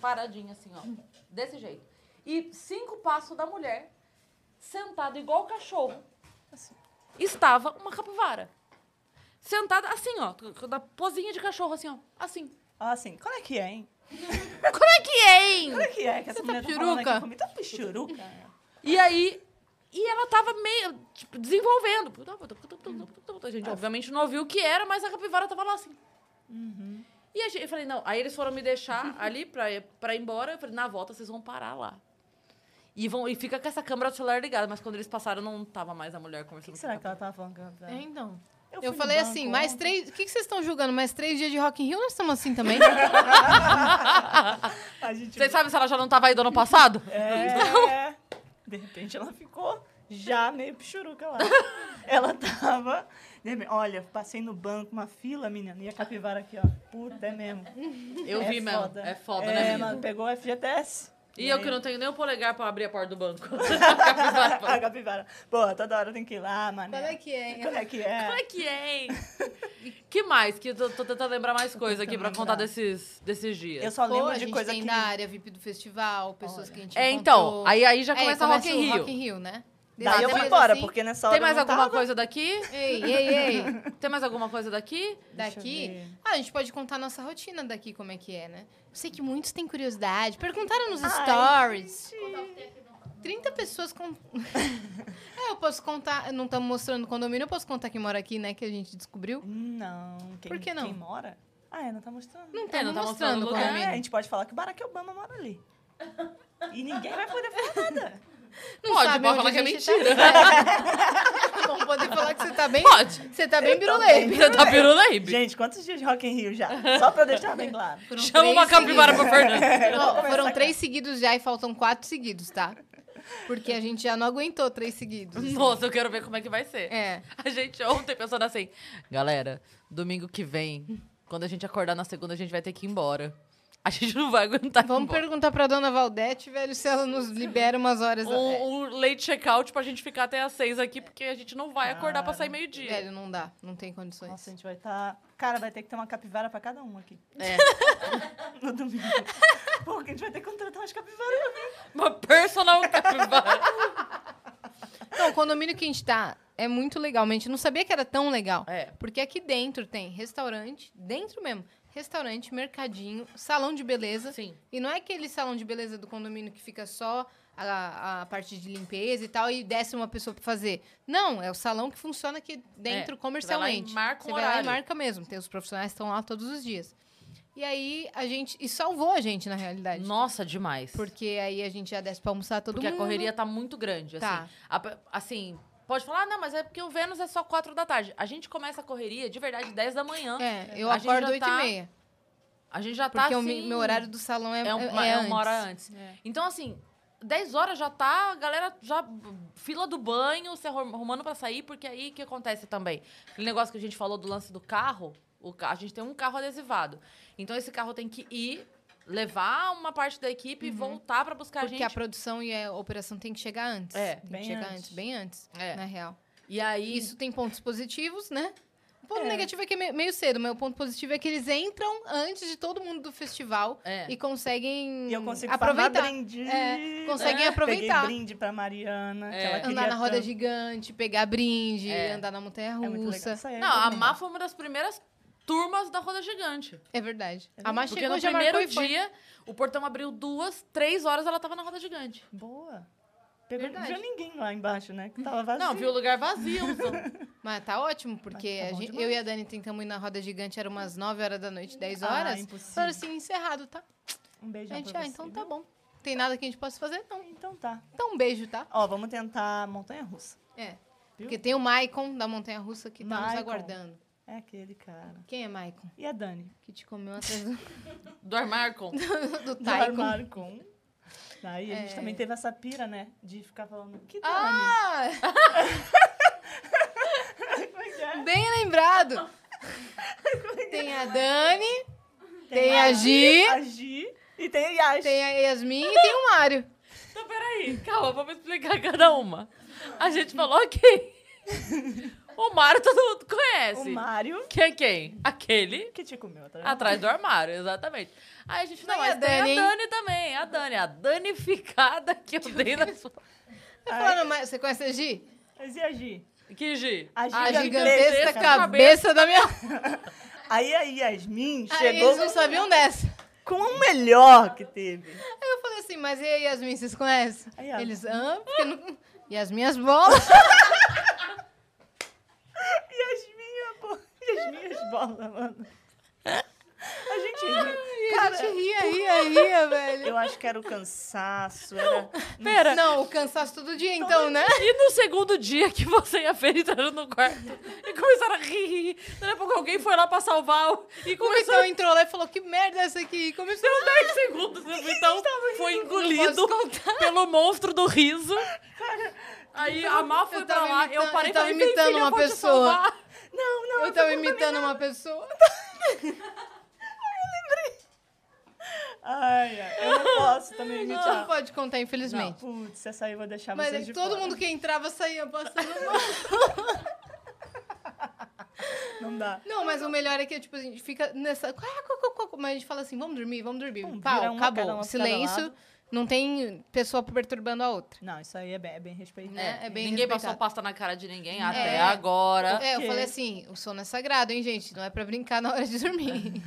Paradinha, assim, ó. Desse jeito. E cinco passos da mulher, sentada igual cachorro, Assim. estava uma capivara. Sentada assim, ó. Na posinha de cachorro, assim, ó. Assim. Ah, assim, qual é que é, hein? Como é que é, hein? Qual é que é que essa mulher tá falando piruca? aqui comigo? Tá pichuruca? E aí. E ela tava meio, tipo, desenvolvendo. A gente obviamente não ouviu o que era, mas a capivara tava lá assim. Uhum. E a gente, eu falei, não. Aí eles foram me <laughs> deixar ali pra, pra ir embora. Eu falei, na volta vocês vão parar lá. E, vão, e fica com essa câmera do celular ligada. Mas quando eles passaram, não tava mais a mulher O que conversando que com a será que capivara. ela tava falando com a capivara? É, então. Eu, fui no falei banco assim, mais ontem. três... O que, que vocês estão julgando? Mais três dias de Rock in Rio nós estamos assim <laughs> também? A gente... Vocês assim, sabem se ela já não tava aí do ano <laughs> passado? É. De repente ela ficou já meio pichuruca <laughs> lá. ela tava. de repente, Olha, passei no banco, uma fila, menina, e a capivara aqui, ó. Puta, é mesmo. Eu é vi mesmo. foda. É foda, é, né, menina? mano, pegou o FGTS. E eu que não tenho nem o polegar pra abrir a porta do banco. <laughs> Capivara. <laughs> A capivara. Pô, toda hora tem que ir lá, mano. Qual é que é, hein? Como é que é? Como é que é, hein? que mais? Que eu tô, tô tentando lembrar mais coisa aqui pra tentando contar lembrar. desses, desses dias. Eu só é? Pô, lembro a de gente coisa tem que. da área VIP do festival, pessoas que a gente É, encontrou. então, aí, aí já É, começa, Rock in o Rio. Rock in Rio, né? Daí eu Desses fui dias embora, assim- porque nessa hora. Tem mais eu não alguma tava. coisa daqui? Ei, ei, <laughs> ei. Tem mais alguma coisa daqui? Deixa eu Daqui, ver. ah, a gente pode contar a nossa rotina daqui, como é que é, né? Eu sei que muitos têm curiosidade. Perguntaram nos stories. 30 pessoas com. <laughs> é, eu posso contar. Não estamos mostrando o condomínio, eu posso contar quem mora aqui, né? Que a gente descobriu. Não. Quem, Por que não? Quem mora? Ah, é, não tá mostrando. Não É, não estamos tá mostrando mostrando o o lugar. É, a condomínio. gente pode falar que Barack Obama mora ali. E ninguém vai poder falar nada. Não Pode, sabe pode onde falar a que é gente tá. <laughs> Vamos poder falar que você tá bem. Pode. Você tá bem birulei. Você <laughs> tá piruleibe. Gente, quantos dias de Rock in Rio já? Só pra eu deixar bem claro. <laughs> Foram Chama uma três capivara seguidos. pra Fernanda. Ó, foram três seguidos já e faltam quatro seguidos, tá? Porque a gente já não aguentou três seguidos. <laughs> Nossa, eu quero ver como é que vai ser. É. A gente ontem pensando assim, galera, domingo que vem, quando a gente acordar na segunda, a gente vai ter que ir embora. A gente não vai aguentar ir Vamos embora. perguntar pra dona Valdete, velho, se ela nos libera umas horas. É, um, um late check-out pra gente ficar até às seis aqui, porque a gente não vai acordar pra sair meio-dia. Ah, Velho, não dá. Não tem condições. Nossa, então. a gente vai estar. Cara, vai ter que ter uma capivara pra cada um aqui. É. <laughs> No domingo. Porque a gente vai ter que contratar umas capivaras pra mim. Uma personal <laughs> capivara. Então, o condomínio que a gente tá é muito legal. mas A gente não sabia que era tão legal. É. Porque aqui dentro tem restaurante, dentro mesmo, restaurante, mercadinho, salão de beleza. Sim. E não é aquele salão de beleza do condomínio que fica só a, a parte de limpeza e tal, e desce uma pessoa pra fazer. Não, é o salão que funciona aqui dentro comercialmente. É, Você vai lá e marca um Você vai lá e horário. marca mesmo. Tem os profissionais que estão lá todos os dias. E aí a gente. E salvou a gente, na realidade. Nossa, demais. Porque aí a gente já desce pra almoçar todo Porque a mundo. correria tá muito grande, Tá. assim. A pe- assim, pode falar, "Ah, não, mas é porque o Vênus é só quatro da tarde. A gente começa a correria, de verdade, 10 da manhã. É, eu A gente acordo já 8 tá- e meia. A gente já tá, Porque o assim... mi- meu horário do salão é, é, uma, é é antes. É. uma hora antes. Então, assim, 10 horas já tá, a galera já fila do banho, se arrum- arrumando pra sair, porque aí o que acontece também? Aquele negócio que a gente falou do lance do carro, o, ca- a gente tem um carro adesivado. Então, esse carro tem que ir, levar uma parte da equipe e voltar pra buscar Uhum. Porque a a gente. produção e a operação tem que chegar antes. É, tem bem que chegar antes. antes. bem antes, É. na real. E aí, né? Isso tem pontos positivos, né? O ponto É. negativo é que é me- meio cedo, mas o ponto positivo é que eles entram antes de todo mundo do festival É. e conseguem E eu consigo aproveitar. farmar brinde. né? É, conseguem Peguei aproveitar. brinde pra Mariana. É. Que ela queria Andar na roda tanto. gigante, pegar brinde, É. andar na montanha É muito legal. russa. Isso aí é Não, a bom. Má foi uma das primeiras turmas da Roda Gigante. É, verdade. A Má Porque chegou no já marcou primeiro e foi. dia, o portão abriu duas, três horas ela tava na Roda Gigante. Boa. Pegou, não Verdade. viu ninguém lá embaixo, né? Que tava vazio. Não, viu o lugar vazio. <laughs> Mas tá ótimo, porque Mas tá a bom gente- demais. eu e a Dani tentamos ir na roda gigante, era umas 9 horas da noite, 10 Ah, horas. impossível. Falaram assim, encerrado, tá? Um beijo A gente, pra ah, você, então tá viu? bom. Tem nada que a gente possa fazer? Não. Então tá. Então um beijo, tá? Ó, vamos tentar montanha russa. É. Porque tem o Maicon da Montanha Russa que tá nos Maicon. aguardando. É aquele cara. Quem é Maicon? E a Dani? Que te comeu atrás do, Do Armarcon. <laughs> do Do Taiko. armário com. Aí a gente Tá É. também teve essa pira, né? De ficar falando, que Dani? Ah, Como é que é? <laughs> bem <laughs> lembrado. Tem a Dani, tem a Gi, A Gi e tem a Yas. tem a Yasmin e tem o Mário. Então, peraí, calma, vamos explicar cada uma. A gente falou ok. O Mário todo mundo O conhece. Mário, Quem é quem? Aquele que te comeu tá atrás. atrás do armário, exatamente. Aí a gente, não, Não, e mas a tem Dani, a hein? Dani também, a Dani, a danificada que eu dei na sua... Tá falando, mas você conhece a Gi? Mas e a Gi? Que Gi? A A Gigantesca gigantesca cabeça. cabeça <laughs> da minha. Aí a Yasmin Aí chegou eles não sabiam dessa. com o melhor que teve. Aí eu falei assim, mas e aí, Yasmin, vocês conhecem? Aí ela- Eles, hã? Porque não... <laughs> E as minhas <laughs> bolas? Yasmin, a bo... Yasmin as bolas, mano. A gente riu. E a gente ria, ria, ria, velho. Eu acho que era o cansaço, era... Pera, Não, o cansaço todo dia, então, <laughs> né? E no segundo dia que você e a Fer entraram no quarto e começaram a rir, rir, rir. Daqui a pouco alguém foi lá pra salvar o... E O começou Vitão Então entrou lá e falou, que merda é essa aqui? E Começou Deu 10 segundos, o Vitão foi engolido pelo monstro do riso. Aí a Má foi então, eu pra tava lá, eu imitando- parei e falei, eu tava "Vem, imitando filha, eu uma vou te pessoa." salvar." Não, não, Eu tava imitando uma pessoa. Ai, ai, eu não posso também A gente não imitar. pode contar, infelizmente. Putz, essa aí eu vou deixar Mas vocês aí Ah, é de todo fora. mundo que entrava saía <laughs> passando mal. Não dá. Não, mas o melhor é que, tipo, a gente fica nessa... Mas a gente fala assim, vamos dormir, vamos dormir. Vamos, Pau, vira uma, acabou. cada uma pra cada Silêncio, lado. não tem pessoa perturbando a outra. Não, isso aí é bem, é bem respeitoso. É, é bem Ninguém respeitado. passou pasta na cara de ninguém até É. agora. É, eu quê? falei assim, o sono é sagrado, hein, gente? Não é pra brincar na hora de <laughs> dormir.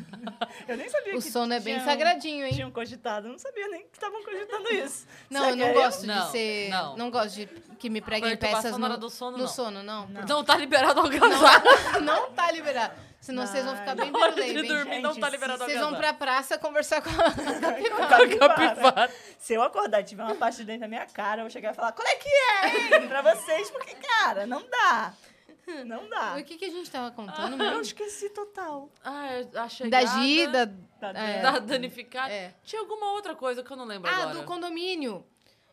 Eu nem sabia o que sono é bem tinham- sagradinho, hein? Tinham cogitado, eu não sabia nem que estavam cogitando isso. Não, Será eu que não é gosto Não, de ser... não. Não. gosto de que me preguem Perturbação peças na no, hora do sono, no não. sono, não. Não. Não tá liberado ao casar. <laughs> Não tá liberado. Senão Não. vocês vão ficar bem Na hora de virulentos, hein? dormir, não tá Gente, liberado ao Vocês vão casar. pra praça conversar com a <laughs> capivara. Capivara. <laughs> Capivara. Se eu acordar e tiver uma parte de dentro da minha cara, eu vou chegar e falar, qual é que é, hein? Pra vocês, porque, cara, não dá. Não dá. O que, que a gente tava contando Eu mesmo? esqueci total. Ah, é a Ah, chegada. Da Gida. Tá É. Da danificada. É. Tinha alguma outra coisa que eu não lembro Ah, agora. do condomínio.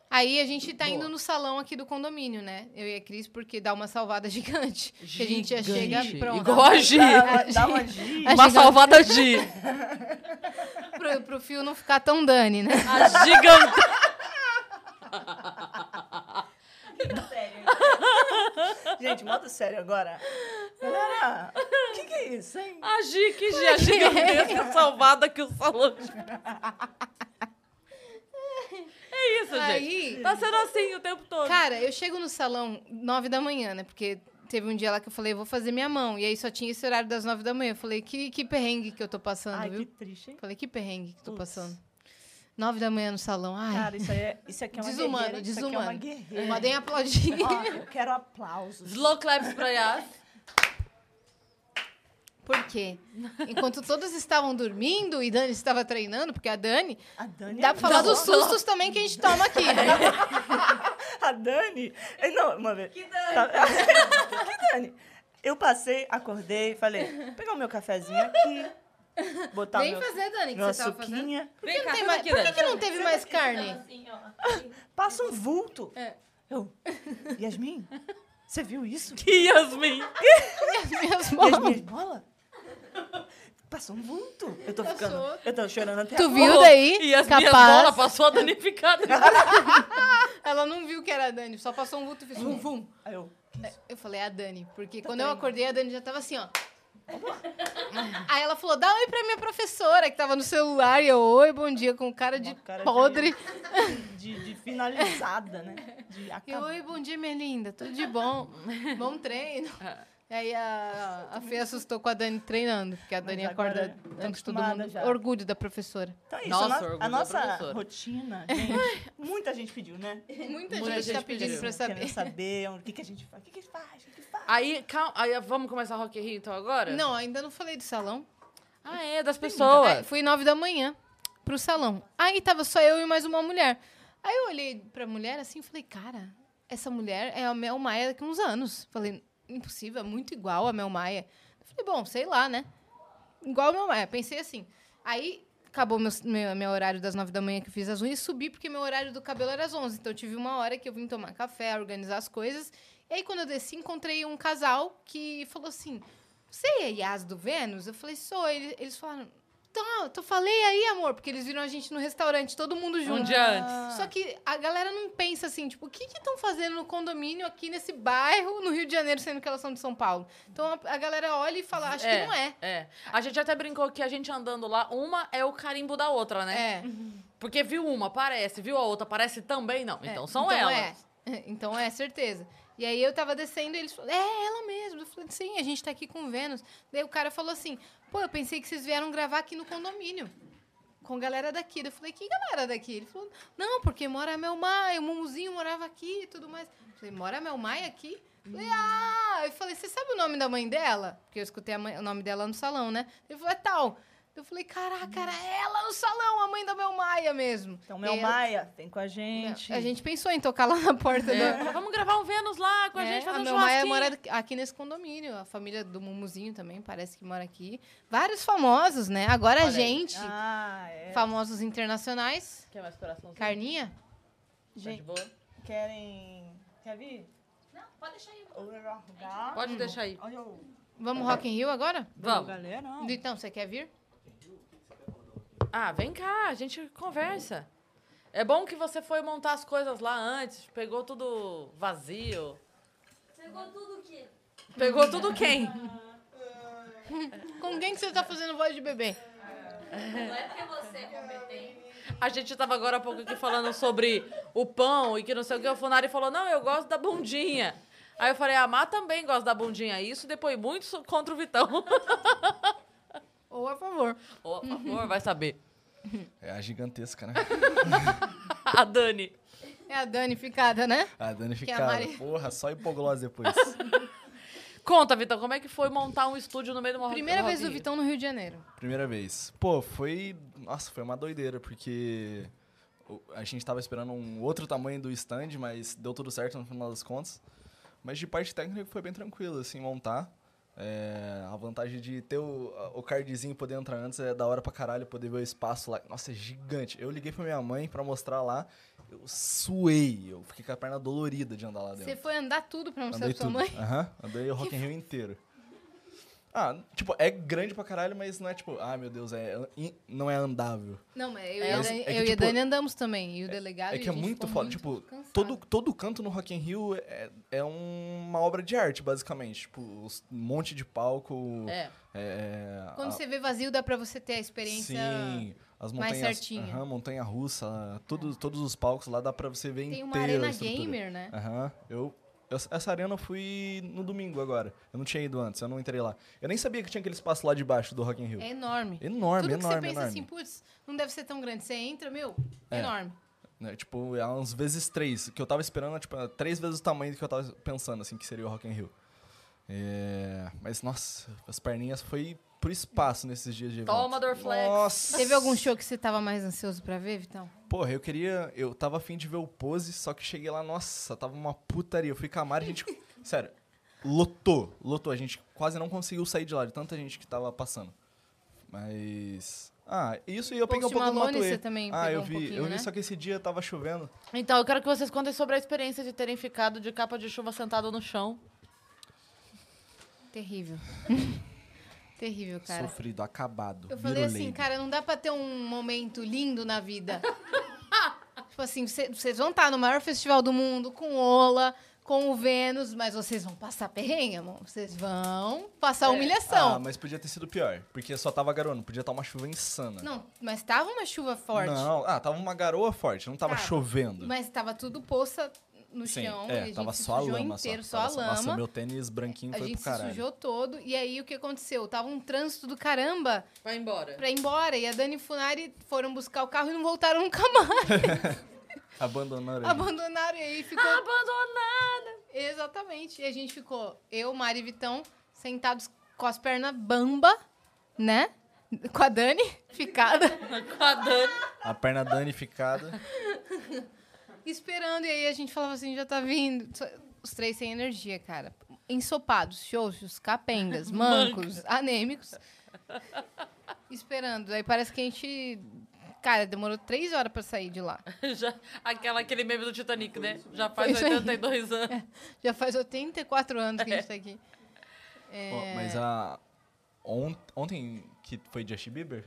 Aí a gente tá Boa. indo no salão aqui do condomínio, né? Eu e a Cris, porque dá uma salvada <laughs> gigante. Que a gente já chega Gigante. pronto. Igual a <laughs> Gi. Dá, dá uma gi. A Uma giga- salvada <laughs> Gi. pro, pro fio não ficar tão Dani, né? A gigante. Gente, modo sério agora. Galera, o que, que é isso, hein? A Gi, que Gi. é A gigantesca salvada que o salão. É isso, gente. Aí, Tá sendo assim o tempo todo. cara, eu chego no salão nove da manhã, né? Porque teve um dia lá que eu falei, vou fazer minha mão. E aí só tinha esse horário das nove da manhã. Eu falei, que, que perrengue que eu tô passando, Ai, viu? que triste, hein? Falei, que perrengue que tô Putz. passando. Nove da manhã no salão. Ai, Cara, isso, aí é, isso aqui é uma desumano, guerreira. Isso desumano. aqui é uma guerreira. Podem aplaudir. <laughs> Ó, eu quero aplausos. Slow claps pra <laughs> Yas. Por quê? Enquanto todos estavam dormindo e Dani estava treinando, porque a Dani. A Dani Dá pra falar do dos sustos também que a gente toma aqui. <laughs> A Dani. Eh, Não, uma vez. Que Dani? <laughs> que Dani? Eu passei, acordei, falei, vou pegar o meu cafezinho aqui, botar Vem meu, fazer, Dani, que minha você tava fazendo. suquinha, Vem Não cá, tem senta mais- aqui, Por que, Dani. que não teve mais carne? passa um vulto. É. Eu, Yasmin, você viu isso? Que Yasmin. As <laughs> minhas Yasmin, mãos. bola? Passou um vulto. Eu tô Passou. ficando, eu tô chorando até Tu agora. viu daí? Oh, E as minhas bolas Capaz. passou a danificada. Ela não viu que era a Dani, só passou um vulto e fez vum, vum. Aí eu, Eu falei, é a Dani, porque quando eu acordei, a Dani já tava assim, ó. Aí ela falou, dá oi pra minha professora, que tava no celular, e eu, oi, bom dia, com cara de Uma cara de- podre. de, de finalizada, né? De E acabar. oi, bom dia, minha linda. Tudo de bom? <laughs> bom treino. <laughs> E aí a, a Fê assustou com a Dani treinando, porque a Mas Dani agora acorda tá antes de todo acostumada mundo. já. Orgulho da professora. Então é isso, Nossa, a no- orgulho a da nossa professora. rotina, gente, muita gente pediu, né? <laughs> Muita, Muita gente, gente tá pedindo pediu. pra Querendo saber. saber o que, que a gente faz. O que, que a gente faz? O que, que faz? Aí, calma. Aí, vamos começar a Rock in Rio então agora? Não, é. ainda não falei do salão. Ah, é, das Aí, pessoas. fui nove da manhã pro salão. Aí tava só eu e mais uma mulher. Aí eu olhei pra mulher assim e falei, cara, essa mulher é a Mel Maia daqui a uns anos. Falei, impossível, é muito igual a Mel Maia. Falei, bom, sei lá, né? Igual meu. É, pensei assim. Aí acabou meu, meu, meu horário das nove da manhã que eu fiz as unhas e subi, porque meu horário do cabelo era às 11. Então eu tive uma hora que eu vim tomar café, organizar as coisas. E aí quando eu desci, encontrei um casal que falou assim: Você é Yas do Vênus? Eu falei, sou. Ele- Eles falaram. Então, eu falei aí, amor, porque eles viram a gente no restaurante, todo mundo junto. Ah. Um dia antes. Só que a galera não pensa assim, tipo, o que estão fazendo no condomínio aqui nesse bairro, no Rio de Janeiro, sendo que elas são de São Paulo? Então a, a galera olha e fala, acho que não é. É. A gente até brincou que a gente andando lá, uma é o carimbo da outra, né? É. Porque viu uma, parece, viu a outra, parece também, não. Então são elas. É. <laughs> Então é, certeza. E aí eu tava descendo e eles falaram, é ela mesmo. Eu falei, sim, a gente tá aqui com o Vênus. Daí o cara falou assim, pô, eu pensei que vocês vieram gravar aqui no condomínio. Com galera daqui. Daí Eu falei, que galera daqui? Ele falou, não, porque mora meu Maia, o Mumuzinho morava aqui e tudo mais. Eu falei, mora meu Maia aqui? Eu Falei, ah! Eu falei, você sabe o nome da mãe dela? Porque eu escutei a mãe- o nome dela no salão, né? Ele falou, é tal. Eu falei, caraca, era ela no salão, a mãe da Mel Maia mesmo. Então, Mel E aí- Maia, vem com a gente. a gente pensou em tocar lá na porta da. É. Vamos gravar um Vênus lá com a É, gente, fazer a um minha mãe churrasquinho. mora aqui- aqui nesse condomínio. A família do Mumuzinho também parece que mora aqui. Vários famosos, né? Agora a gente. Ah, é. Famosos internacionais. Quer mais coraçãozinho? Carninha? Tá de Gente, boa? querem... Quer vir? um Não, pode deixar aí. tá Pode deixar aí. Olha o... Tá. Vamos Rock in Rio agora? Vamos. Galera, ó. Então, você quer vir? Ah, vem cá, a gente conversa. É bom que você foi montar as coisas lá antes, pegou tudo vazio. Pegou tudo o quê? Pegou tudo quem? Com quem que você tá fazendo voz de bebê? Não é porque você é competente. A gente tava agora há pouco aqui falando sobre o pão e que não sei o que. O Funari falou, não, eu gosto da bundinha. Aí eu falei, a Má também gosta da bundinha. Isso depois muito so- contra o Vitão. <laughs> Ou a favor. Ô, por favor, vai saber. <laughs> É a gigantesca, <laughs> né? A Dani. É a danificada, né? A Que a danificada. Mari- Porra, só hipoglose <laughs> depois. Conta, Vitão, como é que foi montar um estúdio no meio de uma ro- Primeira vez do rodinha? Vitão no Rio de Janeiro. Primeira vez. Pô, foi. Nossa, foi uma doideira, porque o- a gente tava esperando um outro tamanho do stand, mas deu tudo certo no final das contas. Mas de parte técnica foi bem tranquilo, assim, montar. É, a vantagem de ter o, a- o cardzinho e poder entrar antes é da hora pra caralho poder ver o espaço lá. Nossa, é gigante. Eu liguei pra minha mãe pra mostrar lá. Eu suei. Eu fiquei com a perna dolorida de andar lá dentro. Você foi andar tudo pra mostrar Andei pra sua tudo. <laughs> mãe? Aham, <laughs> andei o Rock in Rio inteiro. Ah, tipo, é grande pra caralho, mas não é tipo, ah, meu Deus, é, in- não é andável. Não, mas eu, e É, a é Dani- que, eu e a tipo, Dani andamos também. E o delegado. é e que a é gente muito ficou foda, tipo, cansado. todo, todo canto no Rock in Rio é, é uma obra de arte, basicamente. Tipo, os- um monte de palco. É. é, Quando a- você vê vazio, dá pra você ter a experiência. Sim, as mais montanhas. certinha. aham, montanha russa, todos, todos os palcos lá dá pra você ver Tem inteiro. uma arena a estrutura. Ah, gamer, né? Aham, eu, eu- Essa arena eu fui no domingo agora. Eu não tinha ido antes, eu não entrei lá. Eu nem sabia que tinha aquele espaço lá de baixo do Rock in Rio. É enorme. Enorme, Tudo que você enorme, pensa enorme. assim, putz, não deve ser tão grande. Você entra, meu, É. enorme. assim. Né, Tipo, é uns vezes três. O que eu tava esperando, tipo, era três vezes o tamanho do que eu tava pensando, assim, que seria o Rock in Rio. É, Mas, nossa, as perninhas foi pro espaço nesses dias de evento. Toma, Dorflex. Nossa! Teve algum show que você tava mais ansioso pra ver, Vitão? Porra, eu queria. Eu tava afim de ver o pose, só que cheguei lá, nossa, tava uma putaria. Eu fui com a Mari, <laughs> a gente. sério, lotou, lotou. A gente quase não conseguiu sair de lá, de tanta gente que tava passando. Mas. Ah, isso e eu Post peguei um pouco Malone, do Matuê. você também ah, pegou eu um vi, pouquinho, eu vi, né? só que esse dia tava chovendo. Então, eu quero que vocês contem sobre a experiência de terem ficado de capa de chuva sentado no chão. <laughs> Terrível. Terrível, cara. Sofrido, acabado. Eu falei assim, viroleiro. cara, não dá pra ter um momento lindo na vida. <laughs> tipo assim, cê- vocês vão estar no maior festival do mundo com Ola, com o Vênus, mas vocês vão passar perrengue, amor. Vocês vão passar humilhação. Ah, mas podia ter sido pior, porque só tava garoando, podia estar uma chuva insana. Não, mas tava uma chuva forte. Não, ah, tava uma garoa forte, não tava Tava. chovendo. Mas tava tudo poça no Sim, chão. e a é, gente tava se só a sujou lama. inteiro, só, só, a tava lama. Nossa, meu tênis branquinho a foi gente pro se caralho. sujou todo. E aí, o que aconteceu? Tava um trânsito do caramba Vai embora. pra ir embora. E a Dani e Funari foram buscar o carro e não voltaram nunca mais. Abandonaram. ele. <laughs> Abandonaram e aí ficou... Ah, Abandonada. Exatamente. E a gente ficou, eu, Mari e Vitão, sentados com as pernas bamba, né? Com a Dani, <laughs> ficada. Com a Dani. A perna danificada. <laughs> esperando. E aí a gente falava assim, já tá vindo. Só- Os três sem energia, cara. ensopados, xoxos, <laughs> capengas, mancos, anêmicos, esperando. Aí parece que a gente. Cara, demorou três horas pra sair de lá. <laughs> Já, aquela, aquele meme do Titanic, né? Já faz Foi isso aí. 82 anos. <laughs> Já faz 84 anos que a gente tá aqui. É. Ó, mas a. ont- ontem que foi Justin Bieber?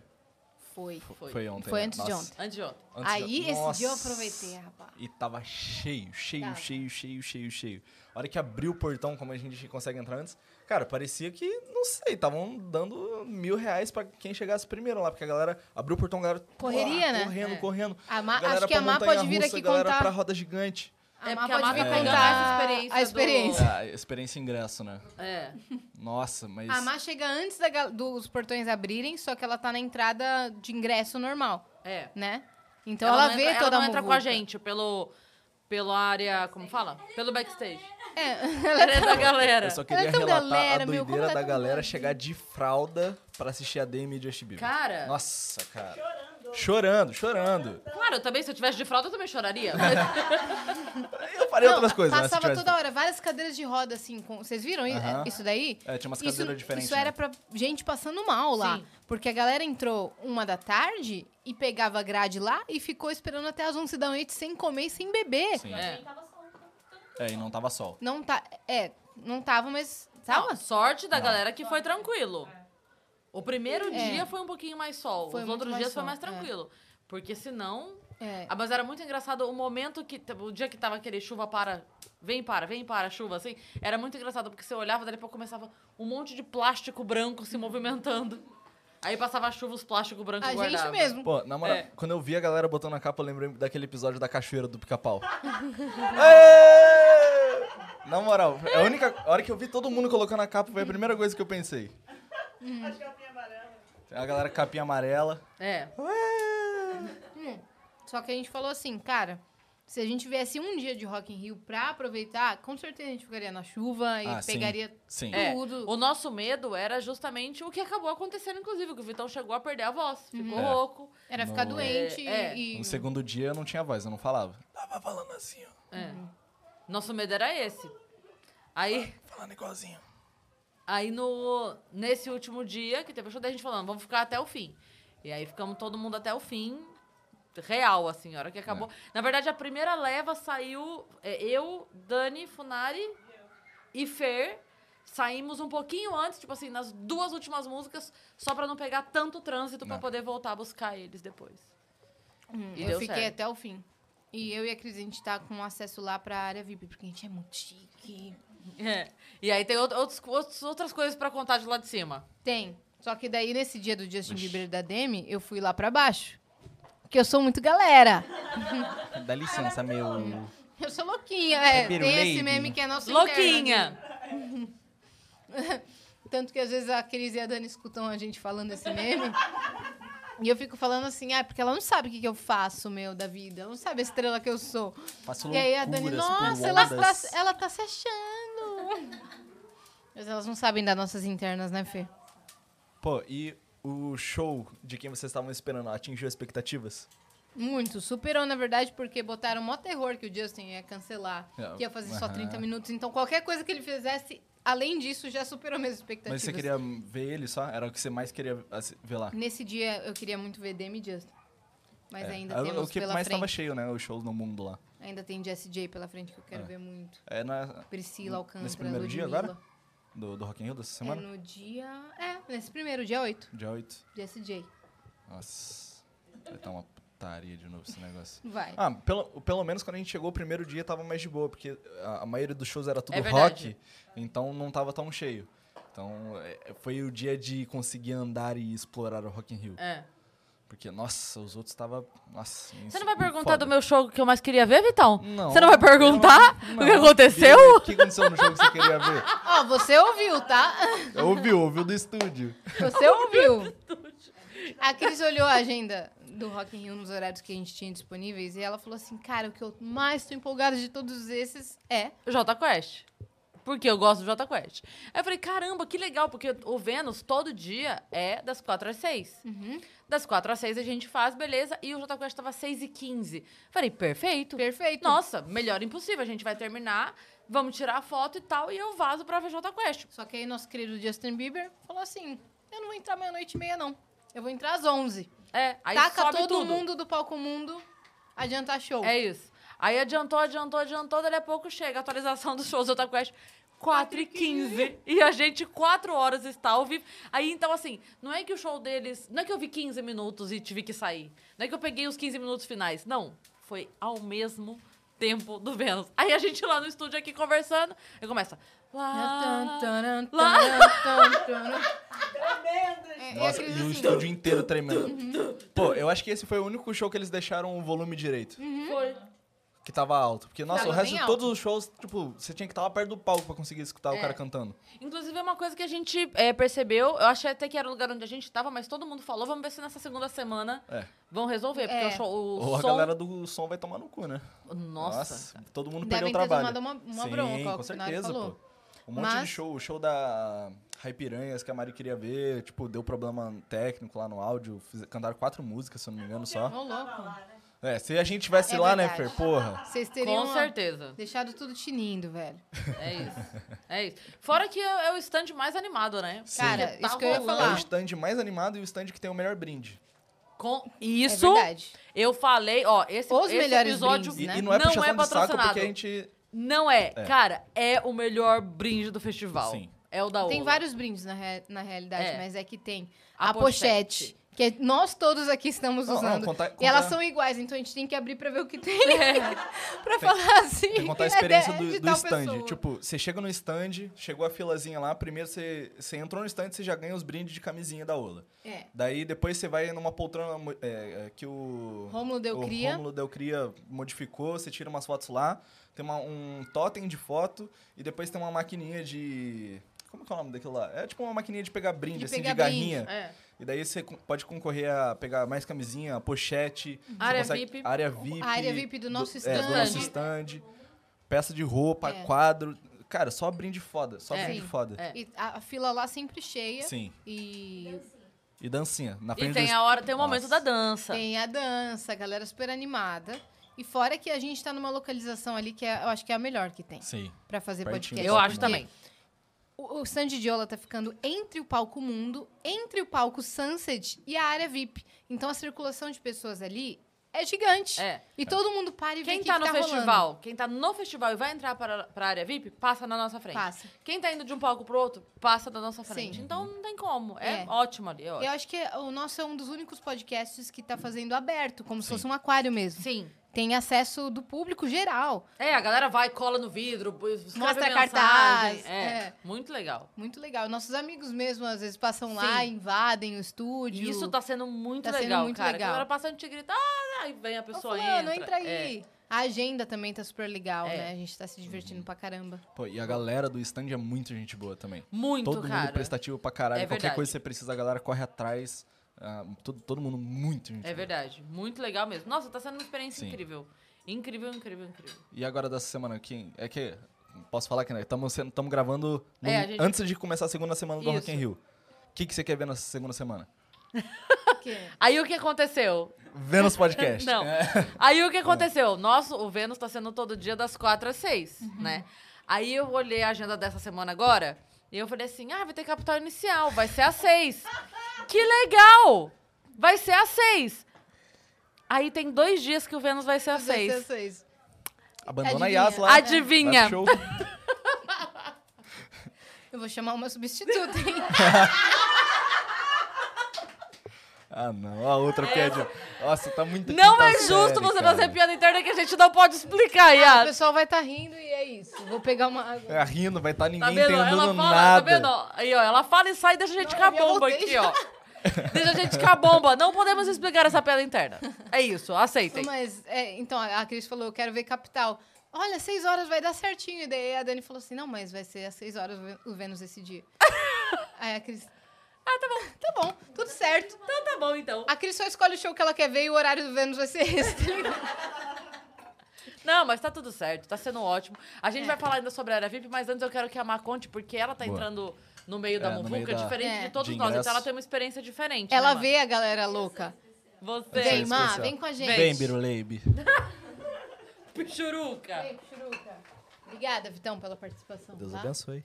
Foi. Foi. Foi ontem. Foi né? antes de Nossa, ontem. Antes de ontem. antes de- Aí, esse dia eu Nossa. aproveitei, rapaz. E tava cheio, cheio, Tava. cheio, cheio, cheio, cheio. A hora que abriu o portão, como a gente consegue entrar antes, cara, parecia que, não sei, estavam dando mil reais pra quem chegasse primeiro lá, porque a galera abriu o portão, a galera. Correria, lá, né? Correndo, É. correndo. <laughs> A Ma- galera acho que pra a Má montanha pode vir russa, aqui galera pra contar. roda gigante. A É Má porque a pode Má vir tá contar pegando essa experiência a do- experiência. Ah, experiência e ingresso, né? É. Nossa, mas. A Má chega antes da gal- dos portões abrirem, só que ela tá na entrada de ingresso normal, É. né? Então ela, não vê entra, ela toda a não entra com muvuca. a gente pelo pelo área, como fala? Pelo backstage. É, <laughs> Ela é da galera. Eu só queria Ela é tão relatar galera, a meu, como doideira ela é da tão galera galera. chegar de fralda pra assistir a DM de Justin Bieber. Cara. Nossa, cara. Chorando, chorando. Claro, eu também, se eu tivesse de fralda, eu também <laughs> choraria. Mas Eu farei Não, outras coisas, mas se Passava tivesse- toda hora, várias cadeiras de roda, assim, com... vocês viram i- Aham. isso daí? É, tinha umas isso, cadeiras diferentes. Isso era né? pra gente passando mal lá. Sim. Porque a galera entrou uma da tarde e pegava a grade lá e ficou esperando até as 11 da noite sem comer e sem beber. Sim. é. É, e não tava sol. Não tá... É, não tava, mas... Não, Tava? Tá sorte da galera que foi tranquilo. O primeiro É. dia foi um pouquinho mais sol. Foi Os muito outros mais dias foi sol, mais é. tranquilo. Porque senão. É. Ah, mas era muito engraçado o momento que. O dia que tava aquele chuva para. Vem para, vem para, chuva, assim. Era muito engraçado, porque você olhava, dali a pouco começava um monte de plástico branco se movimentando. Aí passava a chuva, os plásticos brancos A gente guardavam. mesmo. Pô, na moral, É. quando eu vi a galera botando a capa, eu lembrei daquele episódio da cachoeira do <laughs> pica-pau. na moral, é a única a hora que eu vi todo mundo colocando a capa, foi a primeira coisa que eu pensei. Acho que é a minha varanda. A galera com capinha amarela. É. Só que a gente falou assim, cara, se a gente tivesse um dia de Rock in Rio pra aproveitar, com certeza a gente ficaria na chuva e Ah, sim. pegaria Sim. É, tudo. o nosso medo era justamente o que acabou acontecendo, inclusive, que o Vitão chegou a perder a voz, ficou É. rouco. Era ficar No- doente É, é. e... No segundo dia eu não tinha voz, eu não falava. Tava falando assim, ó. É. Nosso medo era esse. Aí, Falando igualzinho. aí no, nesse último dia que teve o show, daí a gente falando, vamos ficar até o fim. E aí ficamos todo mundo até o fim, real, assim, a hora que acabou. Na verdade, a primeira leva saiu é, eu, Dani, Funari e Fer. Saímos um pouquinho antes, tipo assim, nas duas últimas músicas, só pra não pegar tanto trânsito pra Não. poder voltar a buscar eles depois. Hum, E eu deu fiquei certo. até o fim. E eu e a Cris, a gente tá com acesso lá pra área VIP, porque a gente é muito chique. É. E aí tem out- outros, outros- outras coisas pra contar de lá de cima. Tem. Só que daí, nesse dia do Justin Bieber e da Demi, eu fui lá pra baixo. Porque eu sou muito galera. Dá licença, meu. Eu sou louquinha, é. Bieber Tem esse lady. meme que é nosso interno, Louquinha! né? Tanto que às vezes a Cris e a Dani escutam a gente falando esse meme. E eu fico falando assim, ah, porque ela não sabe o que, que eu faço, meu, da vida. Ela não sabe a estrela que eu sou. Faço E aí a Dani, loucuras por nossa, ela tá, ondas." ela tá se achando. Mas elas não sabem das nossas internas, né, Fê? Pô, e o show de quem vocês estavam esperando atingiu expectativas? Muito. Superou, na verdade, porque botaram mó terror que o Justin ia cancelar. É, Que ia fazer só aham. 30 minutos. Então, qualquer coisa que ele fizesse, além disso, já superou minhas expectativas. Mas você queria ver ele só? Era o que você mais queria assi- ver lá? Nesse dia, eu queria muito ver Demi e Justin. Mas É. ainda Era temos O que pela mais frente. tava cheio, né? Os shows no mundo lá. Ainda tem Jesse J pela frente, que eu quero ver muito. É na, Priscila Alcântara, nesse primeiro dia Ludmilla. agora? do, do Rock in Rio dessa É semana? no dia... É, nesse primeiro, dia 8. Dia 8. Jesse J. Nossa, vai tá uma putaria de novo esse negócio. Vai. Ah, pelo, pelo menos quando a gente chegou o primeiro dia tava mais de boa, porque a, a maioria dos shows era tudo É verdade. rock, então não tava tão cheio. Então é, foi o dia de conseguir andar e explorar o Rock in Rio. É. Porque, nossa, os outros tava. Nossa, um Você não vai perguntar é foda. do meu show que eu mais queria ver, Vitão? Não. Você não vai perguntar o que aconteceu? Diga, O que aconteceu no show que você queria ver? Ó, você ouviu, tá? Ouviu, ouviu do estúdio. Você ouviu? A Cris olhou a agenda do Rock in Rio nos horários que a gente tinha disponíveis e ela falou assim, cara, o que eu mais tô empolgada de todos esses é Jota Quest. porque eu gosto do Jota Quest. Aí eu falei, caramba, que legal, porque o Vênus todo dia é das 4 às 6. Das 4 às 6 a gente faz, beleza, e o Jota Quest tava 6 e 15. Falei, perfeito. Perfeito. Nossa, melhor impossível, a gente vai terminar, vamos tirar a foto e tal, e eu vazo pra ver Jota Quest. Só que aí nosso querido Justin Bieber falou assim: eu não vou entrar meia-noite e meia, não. Eu vou entrar às 11. É, aí Taca sobe todo tudo. mundo do palco mundo, adiantar show. É isso. Aí adiantou, adiantou, adiantou, daí a pouco chega a atualização dos shows do Jota Quest. 4 e 15 e a gente 4 horas está ao vivo. Aí então, assim, não é que o show deles. Não é que eu vi 15 minutos e tive que sair. Não é que eu peguei os 15 minutos finais. Não. Foi ao mesmo tempo do Vênus. Aí a gente lá no estúdio aqui conversando. Aí começa. Tá, Lá, lá. É, e a Nossa, Cris e o assim, estúdio inteiro Uhum. tremendo. Pô, eu acho que esse foi o único show que eles deixaram o volume direito. Foi. Que tava alto. Porque, nossa, Uhum. Tava o resto bem de todos os shows, tipo, você tinha que estar lá perto do palco pra conseguir escutar o cara cantando. Inclusive, é uma coisa que a gente eh, percebeu. Eu achei até que era o lugar onde a gente tava, mas todo mundo falou. Vamos ver se nessa segunda semana É. vão resolver. Porque É. o, show, o Ou a som- galera do som vai tomar no cu, né? Nossa. todo mundo perdeu Devem o ter trabalho. tomado uma, uma Sim, bronca, ó, com que o Nari certeza, falou. pô. Um monte Mas- de show. O show da Raipiranhas que a Mari queria ver, tipo, deu problema técnico lá no áudio. fiz- cantaram quatro músicas, se eu não me engano, só. Ô, louco. É, se a gente tivesse É lá, né, verdade. Fer? Porra. Vocês teriam Com certeza. deixado tudo tinindo, velho. É isso. É isso. Fora que é é o stand mais animado, né? Sim. Cara, Tá isso que eu ia rolando. É o falar. stand mais animado e o stand que tem o melhor brinde. Com É isso, verdade. eu falei, ó, esse, Os esse melhores episódio brindes, E, né? e não é Não puxação é de saco porque patrocinado. a <laughs> gente. não é. É. Cara, é o melhor brinde do festival. Sim. É o da Ola. Tem vários brindes na, rea- na realidade, É. mas é que tem A a, pochete. que é- nós todos aqui estamos Não, não, usando. contar- E elas contar- são iguais, então a gente tem que abrir pra ver o que tem. <laughs> pra falar assim. É. Tem que contar <laughs> a é de- experiência é do, de do tal stand. pessoa. Tipo, você chega no stand, chegou a filazinha lá, primeiro você, você entrou no stand, você já ganha os brindes de camisinha da Ola. É. Daí depois você vai numa poltrona mo- é, é, que o. Rômulo Del o Cria. Rômulo Del Cria modificou, você tira umas fotos lá, tem uma- um totem de foto e depois tem uma maquininha de. Como que é o nome daquilo lá? É tipo uma maquininha de pegar brinde, De assim, pegar de garrinha. brinde, É. E daí você con- pode concorrer a pegar mais camisinha, pochete. você Área VIP. Área VIP. A área VIP do nosso É, do nosso stand. stand. Peça de roupa, É. quadro. Cara, só brinde foda. Só É. brinde Sim. foda. É. E a, a fila lá sempre cheia. Sim. E E dancinha. Na frente E do tem a hora, tem o momento Nossa. da dança. tem a dança, a galera super animada. E fora que a gente tá numa localização ali que é- eu acho que é a melhor que tem Sim. pra fazer Pertinho podcast. do Eu palco acho mundo. também. O, o stand de Yola tá ficando entre o palco mundo, entre o palco Sunset e a área VIP. Então a circulação de pessoas ali é gigante. É. E todo mundo para e vê o Quem que tá que no tá festival, rolando. quem tá no festival e vai entrar para, pra área VIP, passa na nossa frente. Passa. Quem tá indo de um palco pro outro, passa da nossa Sim. frente. Então não tem como. É, É. ótimo ali, ó. Eu acho que o nosso é um dos únicos podcasts que tá fazendo aberto, como se fosse um aquário mesmo. Sim. Tem acesso do público geral. É, a galera vai, cola no vidro, bu- escreve Mostra mensagem. cartaz, É, é. muito legal. Muito legal. Nossos amigos mesmo às vezes passam lá, Sim. invadem o estúdio. E isso tá sendo muito Tá sendo legal, muito cara. legal. A galera passando te grita, ah, aí vem a Ô, pessoa fulano, entra. aí. A agenda também tá super legal, É. Uhum. né? A gente tá se divertindo <laughs> pra caramba. Pô, e a galera do stand é muito gente boa também. Muito, todo mundo cara. prestativo pra caralho. É Qualquer verdade. coisa que você precisa, a galera corre atrás. Ah, todo, todo mundo muito gente É boa. verdade, muito legal mesmo. Nossa, tá sendo uma experiência Sim. incrível. Incrível, incrível, incrível. E agora dessa semana, quem? É que. Posso falar que né? Estamos gravando no- É, a gente- antes de começar a segunda semana do Rock in Isso. Rio. O que, que você quer ver nessa segunda semana? Aí o que aconteceu? Vênus Podcast. <laughs> Não. <laughs> Aí o que aconteceu? Nosso, o Vênus tá sendo todo dia das quatro às seis, né? Aí eu olhei a agenda dessa semana agora e eu falei assim: ah, vai ter capital inicial, vai ser às <laughs> seis. que legal! Vai ser às seis. Aí tem dois dias que o Vênus vai ser às seis. Vocês. Abandona Adivinha. a Yas lá. Adivinha? Vai pro show. Eu vou chamar uma <laughs> substituta, hein? Ah, não. A outra piada. Nossa, tá muito É. Não quinta é justo série, você cara. fazer piada interna que a gente não pode explicar, O Yas. pessoal vai estar tá rindo e é isso. Vou pegar uma água. É, rindo, vai estar Tá ninguém vendo? entendendo Ela fala, nada. tá vendo? ó? Aí, ó, ela fala e sai e deixa a gente Não, com a eu já bomba voltei aqui, já. <laughs> ó. Deixa a gente com a bomba. Não podemos explicar essa piada interna. É isso, aceitem. Mas, é, então, a a Cris falou, eu quero ver Capital. Olha, seis horas vai dar certinho. E daí a Dani falou assim, não, mas vai ser às seis horas o Vê- o Vênus <laughs> esse dia. Aí a Cris... Ah, tá bom. Tá bom, tudo certo. Então tá bom, então. A Cris só escolhe o show que ela quer ver e o horário do Vênus vai ser esse. tá ligado? Não, mas tá tudo certo, tá sendo ótimo. A É. gente vai falar ainda sobre a área VIP, mas antes eu quero que a Mar conte, porque ela tá Boa. entrando no meio da É, no muvuca, meio da- diferente É. de todos De nós. Então ingresso. ela tem uma experiência diferente. Ela né, Mar? vê a galera louca. Você, <laughs> Vem, Especial. Má, vem com a gente. Vem, Biruleibe. Pichuruca. Vem, Churuca. Obrigada, Vitão, pela participação. Deus tá? abençoe.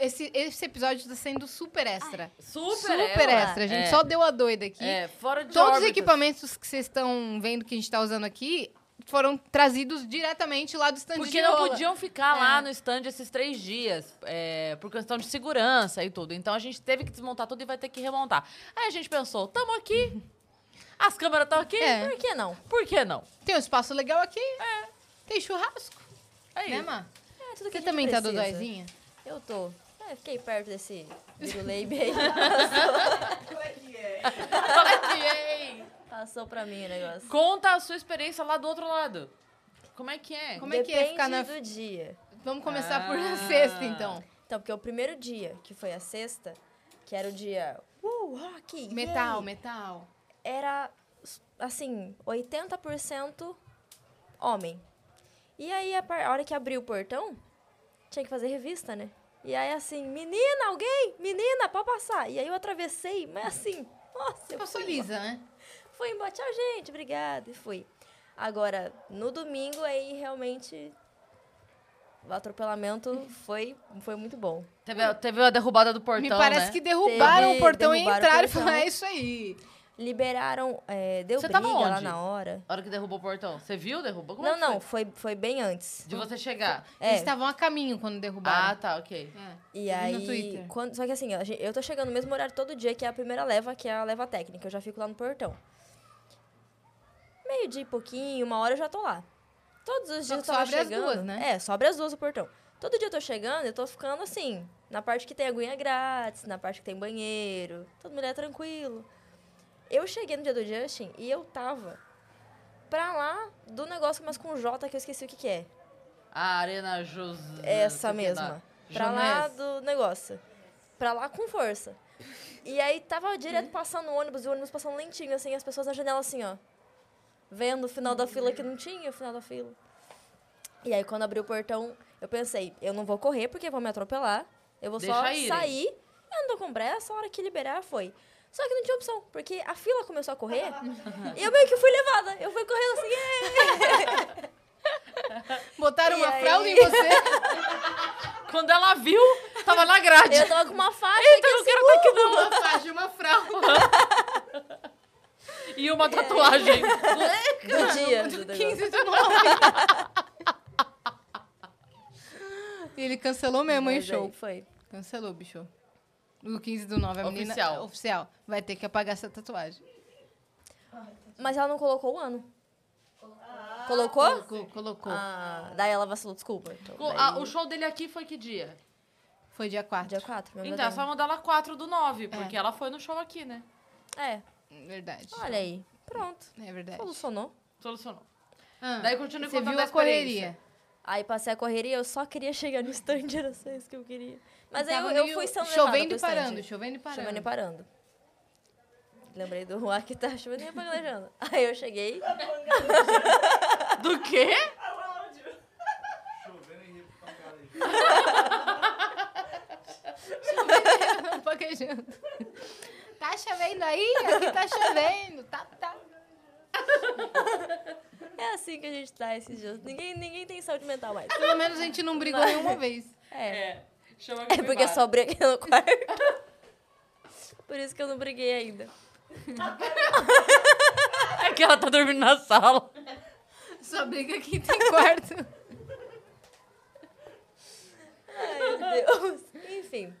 Esse, esse episódio tá sendo super extra. Super, super ela. extra. A gente É. só deu a doida aqui. É, fora de Todos os órbita. equipamentos que vocês estão vendo que a gente tá usando aqui foram trazidos diretamente lá do stand Porque Tá de não rola. podiam ficar É. lá no stand esses três dias, é, por questão de segurança e tudo. Então a gente teve que desmontar tudo e vai ter que remontar. Aí a gente pensou, tamo aqui, as câmeras estão aqui, É. Por que não? por que não? Tem um espaço legal aqui. Tem churrasco, É né, isso. Má? É, tudo que Você a gente também tá precisa. dodóizinha? Eu tô. É, fiquei perto <laughs> desse Biruleibe aí. Passou pra mim o negócio. Conta a sua experiência lá do outro lado. Como é que é? Como é que é ficar na... Depende do dia. Vamos começar por Ah. <laughs> sexta, então. Então, porque o primeiro dia, que foi a sexta, que era o dia... Uh, rock! Metal, yay! metal. Era, assim, 80% homem. E aí, a, par- a hora que abriu o portão, tinha que fazer revista, né? E aí, assim, menina, alguém? Menina, pode passar. E aí eu atravessei, mas assim... Nossa, Você eu passou fui lisa, né? Fui embora, tchau, gente, obrigada. E fui. Agora, no domingo, aí realmente <laughs> o atropelamento foi, foi muito bom. Teve, teve a derrubada do portão, Me parece né? que derrubaram Teve- o portão e derrubaram o entraram e portão. falaram, é isso aí. Liberaram, é, deu Você briga tava lá onde? na hora. A hora que derrubou o portão. Você viu? Derrubou? Como é não, que não, foi? foi, foi bem antes. De você chegar. Eles É, estavam a caminho quando Ah, derrubaram. tá, ok. É. e Eu vi no aí... Twitter. Quando, só que assim, ó, a gente- eu tô chegando no mesmo horário todo dia, que é a primeira leva, que é a leva técnica. Eu já fico lá no portão. Meio dia e pouquinho, uma hora eu já tô lá. Todos os dias Só eu que só tava abre as chegando. duas, né? É, só abre as duas o portão. Todo dia eu tô chegando, eu tô ficando assim, na parte que tem aguinha grátis, na parte que tem banheiro, todo mundo é tranquilo. Eu cheguei no dia do Justin e eu tava pra lá do negócio, mas com J que eu esqueci o que, que é. A Arena José. Essa mesma. Pra lá Jonés. do negócio. Pra lá com força. E aí tava Uhum. direto passando o ônibus, e o ônibus passando lentinho, assim, as pessoas na janela assim, ó. Vendo o final da fila que não tinha o final da fila. E aí quando abri o portão, eu pensei, eu não vou correr porque vão me atropelar. Eu vou só Deixa irem. sair. Eu não tô com pressa, a hora que liberar foi. Só que não tinha opção, porque a fila começou a correr Uhum. e eu meio que fui levada. Eu fui correndo assim, "Ê!" Botaram Ah. E uma aí? fralda em você. Quando ela viu, <laughs> tava na grade. eu <laughs> tava com uma faixa. Eita, aqui, eu não assim, quero Uh! estar aqui não. uma faixa, uma <laughs> fralda. E uma tatuagem. assim, do dia. do negócio. 15 de novo. E <laughs> ele cancelou mesmo, hein, Mas aí show. Foi. Cancelou, bicho. O 15 do 9, a menina... Oficial. Oficial. Vai ter que apagar essa tatuagem. Mas ela não colocou o ano. Colocou? Ah. Colocou, ah, colocou. Ah, daí ela vacilou, desculpa. Então, Co- daí- a- o show dele aqui foi que dia? Foi dia 4. Dia 4, meu Então, é Deus. só mandar ela 4 do 9, porque ela foi no show aqui, né? É, Verdade. olha aí. Pronto. É verdade. Solucionou. Solucionou. Ah, Daí continua você contando viu a a correria. Aí passei a correria, eu só queria chegar no stand, era só isso que eu queria. Mas aí eu, Tava eu meio fui sendo levada Chovendo pro e stand. parando, chovendo e parando. <laughs> Chovendo e parando. Lembrei do <laughs> ar que tá chovendo e apagalejando. <laughs> Aí eu cheguei, Do quê? Não, paquejando. Tá chovendo aí? Aqui tá chovendo. Tá, tá. é assim que a gente tá esses dias. Ninguém, ninguém tem saúde mental mais. Pelo menos a gente não brigou nenhuma vez. É. É. Chama a É porque capivara. só briguei no quarto. <laughs> Por isso que eu não briguei ainda. É que ela tá dormindo na sala. Só briga quem tem quarto. Ai, meu Deus. Enfim.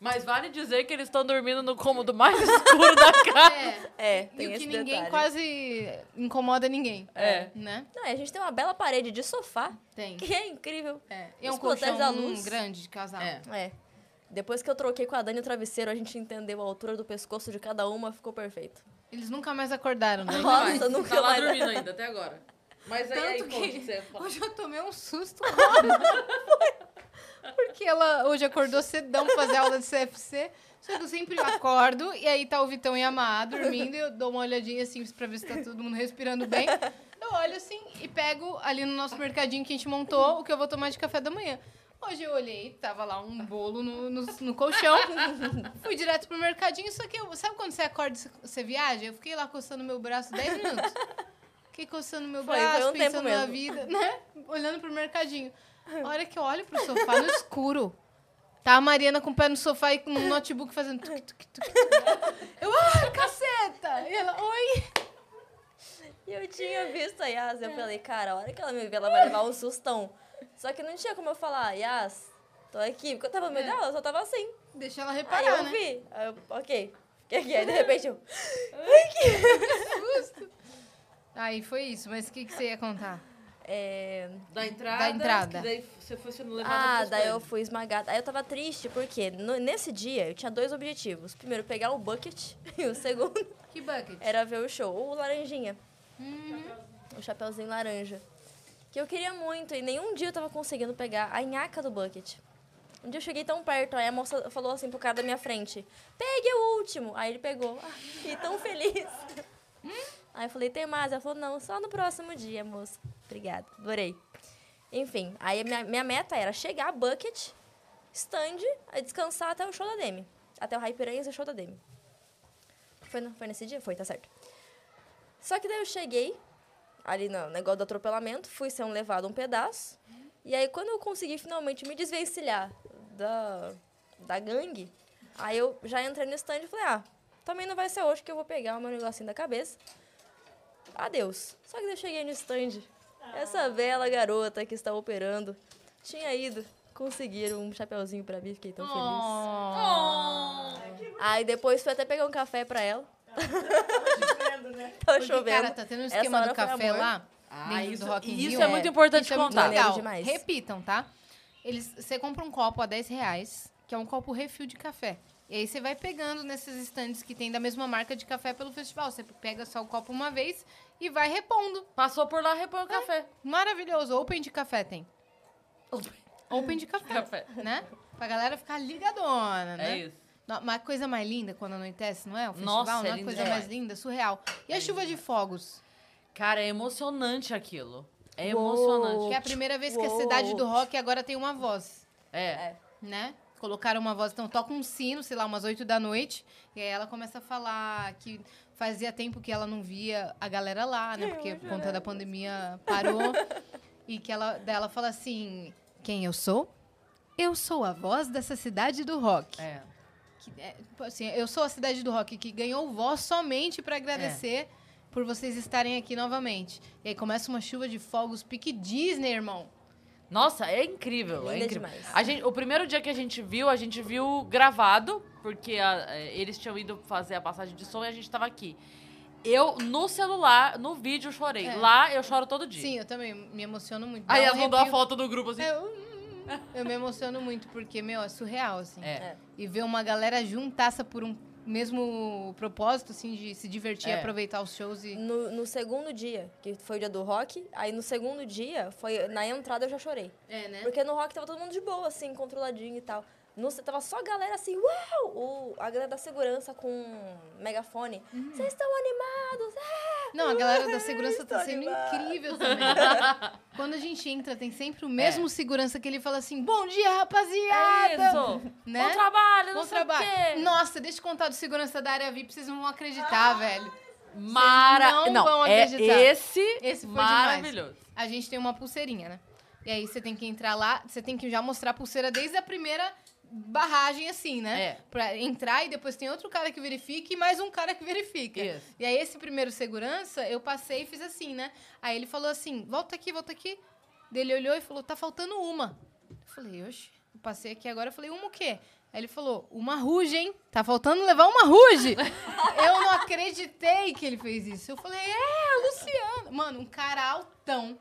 Mas vale dizer que eles estão dormindo no cômodo mais <laughs> escuro da casa. É. É, E tem o esse que ninguém detalhe. quase incomoda ninguém. É. Né? Não, a gente tem uma bela parede de sofá, Tem. que é incrível. É. E é um Os portais colchão da um luz. grande de casal. É. É. Depois que eu troquei com a Dani o travesseiro, a gente entendeu a altura do pescoço de cada uma, ficou perfeito. Eles nunca mais acordaram. Né? Nossa, nunca tá lá mais. dormindo ainda, até agora. Mas aí, aí Tanto conta o que que- você <laughs> fala. Hoje eu tomei um susto. <laughs> Foi. Porque ela hoje acordou cedão pra fazer aula de CFC. Só que eu sempre acordo e aí tá o Vitão e a Má dormindo e eu dou uma olhadinha assim pra ver se tá todo mundo respirando bem. Eu Eu olho assim e pego ali no nosso mercadinho que a gente montou o que eu vou tomar de café da manhã. Hoje eu olhei, tava lá um bolo no, no, no <laughs> colchão. Fui direto pro mercadinho, só que eu, sabe quando você acorda e você viaja? Eu fiquei lá coçando meu braço 10 minutos. Fiquei coçando meu Foi, braço, foi um tempo pensando na mesmo. vida, né? Olhando pro mercadinho. A hora que eu olho pro sofá no escuro, tá a Mariana com o pé no sofá e com um notebook fazendo tuc, tuc, tuc, tuc. Eu, ah, caceta! E ela, oi! E eu tinha visto a Yas, eu falei, cara, a hora que ela me ver, ela vai levar um sustão. Só que não tinha como eu falar, Yas, tô aqui. Porque eu tava no meio É. dela, eu só tava assim. Deixa ela aí eu reparar, né? vi. Aí eu, ok. Fiquei aqui. Aí de repente <laughs> eu. Aí foi isso, mas o que, que você ia contar? É... Da entrada. Da entrada. que daí você foi sendo levado Ah, pros daí eu banhos. fui esmagada. Aí eu tava triste, porque no- nesse dia eu tinha dois objetivos. Primeiro, pegar o bucket. <laughs> E o segundo Que bucket? era ver o show. O laranjinha. O chapeuzinho laranja. Que eu queria muito. E nenhum dia eu tava conseguindo pegar a nhaca do bucket. Um dia eu cheguei tão perto, aí a moça falou assim pro cara da minha frente: Pegue o último. Aí ele pegou. <laughs> Ah, Fiquei tão feliz. Aí eu falei: Tem mais? Ela falou: Não, só no próximo dia, moça. Obrigada, adorei. Enfim, aí a minha, minha meta era chegar a bucket, stand, aí descansar até o show da Demi. Até o Hyperanhas e o show da Demi. Foi, no- foi nesse dia? Foi, tá certo. Só que daí eu cheguei ali no negócio do atropelamento, fui sendo levado um pedaço. E aí, quando eu consegui finalmente me desvencilhar da, da gangue, aí eu já entrei no stand e falei: ah, também não vai ser hoje que eu vou pegar o meu negocinho da cabeça. Adeus. Só que daí eu cheguei no stand. Essa bela garota que está operando tinha ido conseguir um chapeuzinho pra mim, fiquei tão feliz. Oh. Aí depois fui até pegar um café pra ela. <laughs> Tava Porque, chovendo. cara, tá tendo um Essa esquema hora do foi café amor. lá, Ah, dentro isso- do Rock in isso Rio. é muito importante isso é muito contar. legal. Maneiro demais. Repitam, tá? Eles, você compra um copo a 10 reais, que é um copo refil de café. E aí você vai pegando nesses estandes que tem da mesma marca de café pelo festival. Você pega só o copo uma vez e vai repondo. Passou por lá, repõe o café. Maravilhoso. Open de café tem. Open. Open de café. Café. Né? Pra galera ficar ligadona, né? É isso. No- Uma coisa mais linda quando anoitece, não é? O festival, Nossa, é não é lindo coisa demais. É mais linda, surreal. E a chuva de fogos? Cara, é emocionante aquilo. É Uou. emocionante. Que é a primeira vez que a Uou. cidade do rock agora tem uma voz, É. né? Colocaram uma voz, então toca um sino, sei lá, umas 8 da noite, e aí ela começa a falar que fazia tempo que ela não via a galera lá, né? Porque por conta da pandemia parou. <laughs> e que ela dela fala assim: "Quem eu sou? Eu sou a voz dessa cidade do rock". É. Que, é, tipo assim, eu sou a cidade do rock que ganhou voz somente pra É. agradecer por vocês estarem aqui novamente. E aí começa uma chuva de fogos pique Disney, irmão. Nossa, é incrível, é Linda incrível. demais. A gente, o primeiro dia que a gente viu, a gente viu gravado, porque a- é, eles tinham ido fazer a passagem de som e a gente tava aqui. Eu, no celular, no vídeo, chorei. É. Lá, eu choro todo dia. Sim, eu também me emociono muito. Aí Dá um elas mandou a arrepio. foto do grupo, assim. Eu, hum, eu me emociono muito porque, meu, é surreal, assim. É. E ver uma galera juntaça por um mesmo propósito, assim, de se divertir, É. aproveitar os shows e. No, no segundo dia, que foi o dia do rock, aí no segundo dia, foi na entrada eu já chorei. É, né? Porque no rock tava todo mundo de boa, assim, controladinho e tal. No, ce- tava só a galera assim, uau! O, a galera da segurança com megafone. Vocês estão animados? Não, a galera da segurança <laughs> tá Estou sendo animada. incrível também. Quando a gente entra, tem sempre É. o mesmo segurança que ele fala assim: Bom dia, rapaziada! Isso! Né? Bom trabalho, não Bom sei trabalho. o quê. Ah. Nossa, deixa eu contar do segurança da área VIP, vocês não vão acreditar, velho. Mara... Vocês não vão é acreditar. esse, Esse foi maravilhoso. A gente tem uma pulseirinha, né? E aí você tem que entrar lá, você tem que já mostrar a pulseira desde a primeira barragem, assim, né? É. Pra entrar e depois tem outro cara que verifica e mais um cara que verifica. Isso. E aí esse primeiro segurança, eu passei e fiz assim, né? Aí ele falou assim, volta aqui, volta aqui. Daí Ele olhou e falou, tá faltando uma. Eu falei, oxe, eu passei aqui agora, eu falei, uma o quê? Aí ele falou, uma ruge, hein? Tá faltando levar uma ruge. eu não acreditei que ele fez isso. Eu falei, é, Luciano. Mano, um cara altão,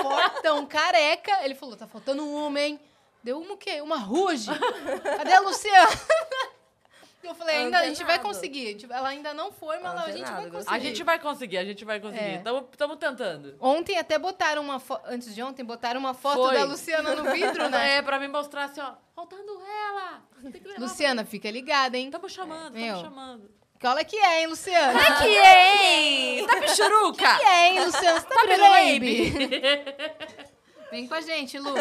fortão, careca. Ele falou, tá faltando uma, hein? Deu uma o quê? Uma ruge. Cadê a Luciana? <laughs> Eu falei, ainda, a gente vai Antenado. conseguir. A gente- Ela ainda não foi, mas a gente vai Antenado, conseguir. A gente vai conseguir, a gente vai É. conseguir. Estamos tentando. Ontem até botaram uma foto. Antes de ontem, botaram uma foto Foi. da Luciana no vidro, <laughs> né? É, pra me mostrar assim, ó. Faltando ela. Tem que levar Luciana, fica ligada, hein? Estamos Tá chamando, Meu. É. estamos chamando. Cola que é, hein, Luciano? Tá aqui, hein? Tá pichuruca! <laughs> que é, hein, Luciano? Você tá Tá virando baby? baby? <laughs> Vem com a gente, Lu.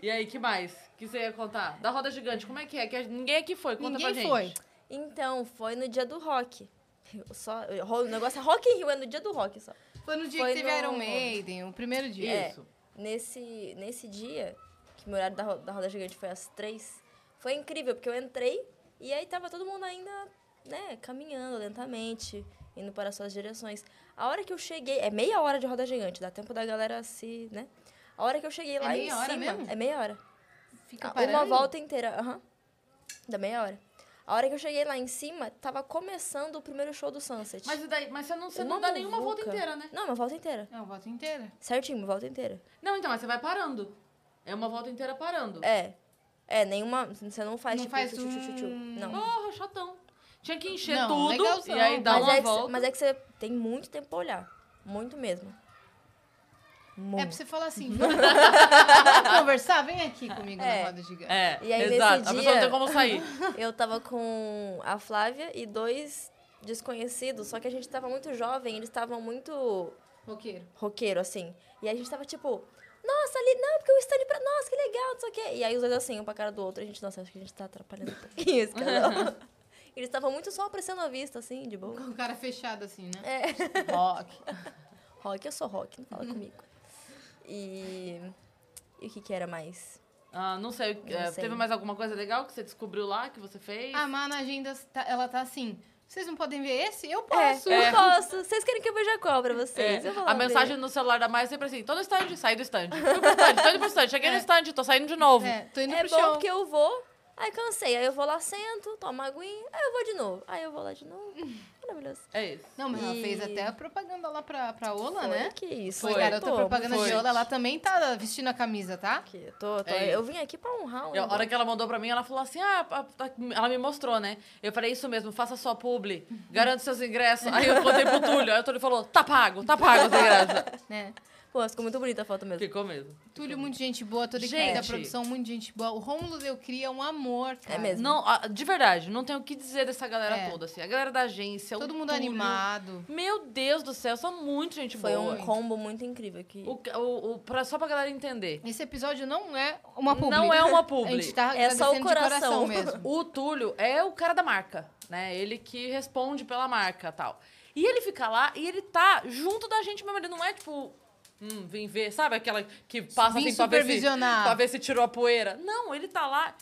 E aí, que mais? que você ia contar? Da roda gigante, como é que é? Que a- ninguém aqui foi, conta pra Ninguém gente. foi. Então, foi no dia do rock. Eu Só, ro- o negócio é Rock in Rio, é no dia do rock só. Foi no dia Foi que teve no- Iron Maiden, o primeiro dia. É. Isso. Nesse, nesse dia, que meu horário da, ro- da roda gigante foi às três, foi incrível, porque eu entrei e aí tava todo mundo ainda, né, caminhando lentamente, indo para suas direções. A hora que eu cheguei, é meia hora de roda gigante, dá tempo da galera se, né? A hora que eu cheguei lá meia em hora cima, mesmo? é meia hora. Fica Ah, parando. Uma volta inteira, aham. Da meia hora. A hora que eu cheguei lá em cima, tava começando o primeiro show do Sunset. Mas, e daí? Mas você não, você Uma não dá nenhuma muvuca. volta inteira, né? Não, uma volta inteira. É uma volta inteira. Certinho, uma volta inteira. Não, então, mas você vai parando. É uma volta inteira parando. É. É, nenhuma. Você não faz Não tipo. faz tchu, tchu, tchu, tchu, tchu. um- Não. Porra, chatão. Tinha que encher Não, tudo legalzão, e aí dá mas, uma é que, volta. cê- mas é que você tem muito tempo pra olhar. Muito mesmo. Muito. É pra você falar <laughs> assim. Vamos conversar? Vem aqui comigo É. na roda gigante. É, E aí, nesse exato. A pessoa não dia- tem como <laughs> sair. Eu tava com a Flávia e dois desconhecidos, só que a gente tava muito jovem, eles estavam muito Roqueiro. roqueiro, assim. E a gente tava tipo, nossa, ali, não, porque o Stanley pra. Nossa, que legal, não sei o quê. E aí os dois assim, um pra cara do outro, a gente, nossa, acho que a gente tá atrapalhando um pouquinho esse casal. Eles estavam muito só apreciando a vista, assim, de boa. Com o cara fechado assim, né? É. Rock. Rock, eu sou rock, não fala Uhum. comigo. E. E o que que era mais? Ah, não sei, Não é, sei. Ah, Teve mais alguma coisa legal que você descobriu lá, que você fez? A Má na agenda, tá- ela tá assim. Vocês não podem ver esse? Eu posso. É, eu posso. Vocês querem que eu veja qual pra vocês? É, Eu vou lá a ver. mensagem no celular da Maia é sempre assim: tô no stand, saí do stand. Fui pro stand, tô indo pro stand, cheguei no stand, tô saindo de novo. É, tô indo É pro bom show. porque eu vou, aí cansei. Aí eu vou lá, sento, tomo aguinha, aí eu vou de novo. Aí eu vou lá de <laughs> novo. Maravilhoso. É isso. Não, mas ela E- fez até a propaganda lá pra, pra Ola, Foi, né? Que isso. Foi, Ah, Foi. garota Tô, propaganda foi. de Ola. Ela também tá vestindo a camisa, tá? aqui, tô, tô. É. Eu vim aqui pra honrar um E a hora negócio. que ela mandou pra mim, ela falou assim: ah, a- a- ela me mostrou, né? Eu falei: isso mesmo, faça sua publi, Uhum. garante seus ingressos. Aí eu contei pro Túlio, aí o Túlio falou: tá pago, tá pago os <laughs> ingressos. Né? Pô, ficou muito bonita a foto mesmo. Ficou mesmo. Túlio, muito gente boa, toda a equipe da Gente. produção, muito gente boa. O Rômulo Deu Cria é um amor, cara. É mesmo. Não, ah, de verdade, não tenho o que dizer dessa galera É. toda, assim. A galera da agência, o Todo mundo Túlio. animado. Meu Deus do céu, são muito gente Foi boa. um combo muito incrível aqui. O, o, o, pra, só pra galera entender. Esse episódio não é uma publi. Não é uma publi. <laughs> A gente tá É só o agradecendo coração. de coração <laughs> mesmo. O Túlio é o cara da marca, né? Ele que responde pela marca tal. E ele fica lá e ele tá junto da gente mesmo. Ele não é tipo. Hum, vem ver, sabe aquela que passa Vim assim pra ver, se, supervisionar. pra ver se tirou a poeira. Não, ele tá lá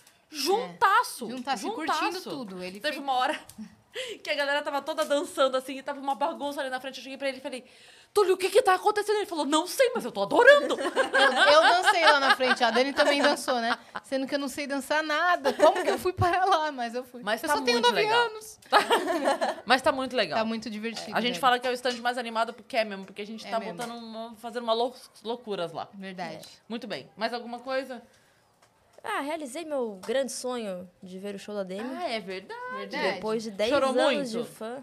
juntaço. Juntasse É. curtindo tudo. Ele Teve fez- uma hora <laughs> que a galera tava toda dançando assim, e tava uma bagunça ali na frente. Eu cheguei pra ele e falei, Túlio, o que que tá acontecendo? Ele falou, não sei, mas eu tô <laughs> adorando. Eu, eu dancei lá na frente, a Dani também dançou, né? Sendo que eu não sei dançar nada. Como que eu fui para lá? Mas eu fui. Mas eu tá só tenho muito 9 legal. anos. mas tá muito legal. Tá muito divertido. A gente né? fala que é o stand mais animado porque é mesmo, porque a gente É tá mesmo. botando uma- fazendo uma lou- loucuras lá. Verdade. Muito bem. Mais alguma coisa? Ah, realizei meu grande sonho de ver o show da Demi. Ah, é verdade. Verdade. Depois de 10 Chorou anos muito? de fã.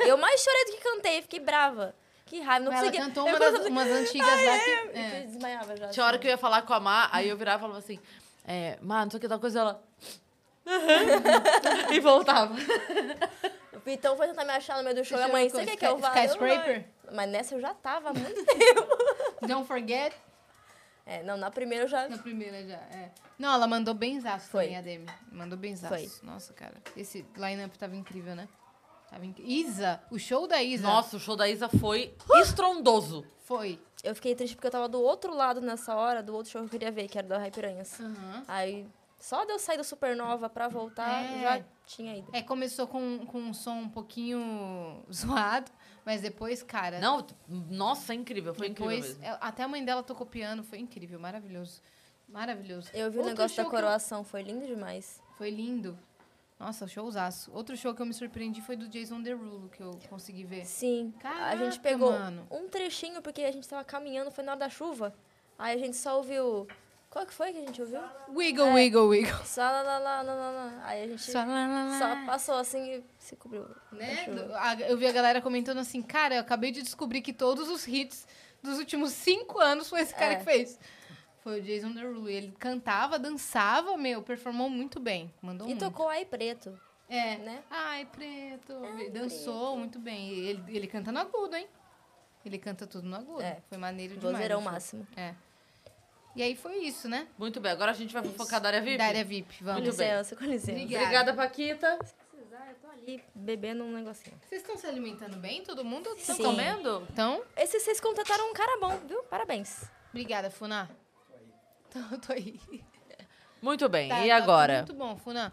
Eu mais chorei do que cantei, fiquei brava. Que raiva, não Ela consegui. cantou eu Ah, uma das, umas antigas lá que. consegui- é. Eu desmaiava já. assim. Tinha hora que eu ia falar com a Má, aí eu virava e falava assim, é, Má, não sei o que, tal coisa, ela... <laughs> e voltava. O Vitão foi tentar me achar no meio do show. Você Minha mãe, chorou você com quer que eu vá? Eu não Skyscraper? vou. Mas nessa eu já tava há muito <laughs> Don't forget. É, não, na primeira eu já. Na primeira já, é. Não, ela mandou benzaço Foi. também, a Demi. Mandou benzaço. Foi. Nossa, cara. Esse line-up tava incrível, né? Tava inc... Isa, o show da Isa Nossa, o show da Isa foi estrondoso. foi. Eu fiquei triste porque eu tava do outro lado nessa hora, do outro show que eu queria ver, que era do Rai Piranhas. Aí, só de eu sair do Supernova pra voltar, É. já tinha ido. É, começou com, com um som um pouquinho <laughs> zoado, mas depois, cara. Não, t- nossa, é incrível, foi incrível depois, mesmo. é, até a mãe dela tocou piano, foi incrível, maravilhoso. Maravilhoso. Eu vi o Outro negócio da show que eu- coroação, foi lindo demais. Foi lindo. Nossa, showzaço. Outro show que eu me surpreendi foi do Jason Derulo, que eu consegui ver. Sim. a Caraca, gente pegou mano. um trechinho porque a gente tava caminhando, foi na hora da chuva. Aí a gente só ouviu. Qual que foi que a gente ouviu? Wiggle, wiggle, wiggle. Só lá, lá, lá, lá, lá, lá. Aí a É. gente Só, só, lá, lá, lá. passou assim e se cobriu. Né? da chuva. Do- a- Eu vi a galera comentando assim, cara, eu acabei de descobrir que todos os hits dos últimos cinco anos foi esse cara É. que fez. Foi o Jason Derulo. E Ele cantava, dançava, meu, performou muito bem. Mandou E muito. tocou Ai Preto. É. Né? Ai, preto. Ele dançou muito bem. E Ele, ele canta no agudo, hein? Ele canta tudo no agudo. É. Foi maneiro demais. Vozeirão o show. máximo. É. E aí foi isso, né? Muito bem, agora a gente vai focar da área VIP. Da área VIP, Com vamos. Muito bem. licença, com licença. Obrigada. Obrigada, Paquita. E bebendo um negocinho. Vocês estão se alimentando bem, todo mundo? Estão Sim. Tá comendo? Então, Esses vocês contrataram um cara bom, viu? Parabéns. obrigada, Funá. Então, tô aí. Muito bem, Tá- e tá agora? Muito bom, Funan.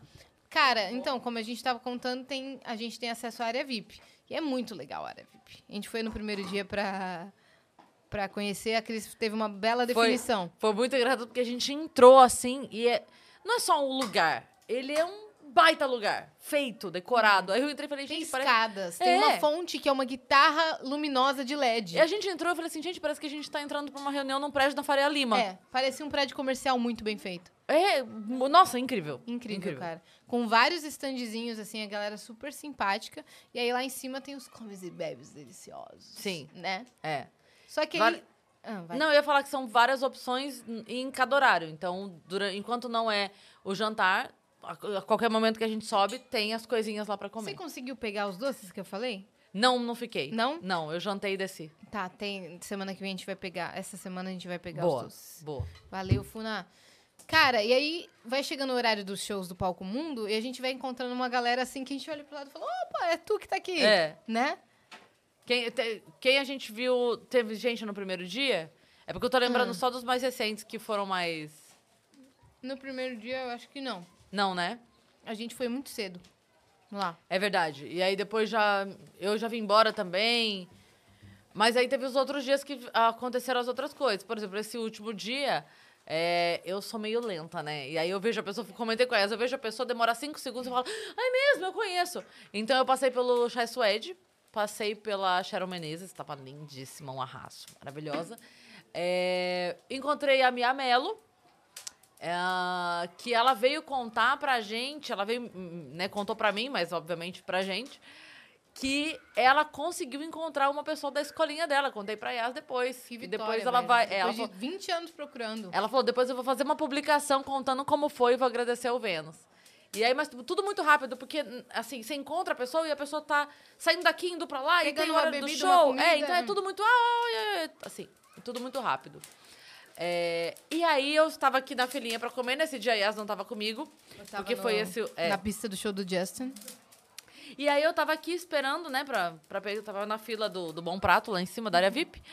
Cara, então, como a gente tava contando, tem, a gente tem acesso à área VIP. E é muito legal a área VIP. A gente foi no primeiro dia pra, pra conhecer, a Cris teve uma bela Foi. definição. Foi muito engraçado porque a gente entrou assim e é... não é só um lugar, ele é um baita lugar, feito, decorado. Aí eu entrei e falei, Tem gente, parece. escadas, tem uma É. fonte que é uma guitarra luminosa de LED. E a gente entrou e falei assim, gente, parece que a gente tá entrando pra uma reunião num prédio da Faria Lima. É, É, parecia um prédio comercial muito bem feito. m- nossa, incrível. Incrível, cara. Com vários standzinhos, assim, a galera super simpática. E aí lá em cima tem os comes e bebes deliciosos. Sim. Né? É. Só que Vari- aí... Ah, vai. Não, eu ia falar que são várias opções n- em cada horário. Então, dura- enquanto não é o jantar, a, a qualquer momento que a gente sobe, tem as coisinhas lá pra Você comer. conseguiu pegar os doces que eu falei? Não, não fiquei. Não? Não, eu jantei e desci. Tá, tem. Semana que vem a gente vai pegar. Essa semana a gente vai pegar os Boa, doces. boa. Valeu, Funa. Cara, e aí vai chegando o horário dos shows do Palco Mundo e a gente vai encontrando uma galera assim que a gente olha pro lado e fala: opa, é tu que tá aqui. É. Né? Quem, te- quem a gente viu, teve gente no primeiro dia? É porque eu tô lembrando só dos mais recentes que foram mais. No primeiro dia eu acho que não. Não, né? A gente foi muito cedo. Lá. É verdade. E aí depois já. Eu já vim embora também. Mas aí teve os outros dias que aconteceram as outras coisas. Por exemplo, esse último dia. é, eu sou meio lenta, né? E aí eu vejo a pessoa, comentei com ela, eu vejo a pessoa demorar cinco segundos e falo, ai mesmo, eu conheço. Então eu passei pelo Chai Suede, passei pela Sharon Menezes, tava lindíssima, um arraso, maravilhosa. É, encontrei a Mia Mello, é, que ela veio contar pra gente, ela veio, hum, né, contou pra mim, mas obviamente pra gente, que ela conseguiu encontrar uma pessoa da escolinha dela. Contei pra Yas depois. Que e vitória, depois ela velho. vai. é, Depois ela, de falou, 20 anos procurando. ela falou: depois eu vou fazer uma publicação contando como foi e vou agradecer ao Vênus. E aí, mas tu- tudo muito rápido, porque, hum, assim, você encontra a pessoa e a pessoa tá saindo daqui, indo pra lá, e Pegando tem uma hora do bebida, uma show. comida. né? é, então é tudo muito. "Ah, oi, oi, oi", assim, tudo muito rápido. É, e aí eu estava aqui na filinha pra comer, nesse dia a Yas não tava comigo. Eu tava porque no- foi esse. é. Na pista do show do Justin. E aí eu tava aqui esperando, né, pra, pra pegar. Eu tava na fila do, do Bom Prato, lá em cima, da área VIP.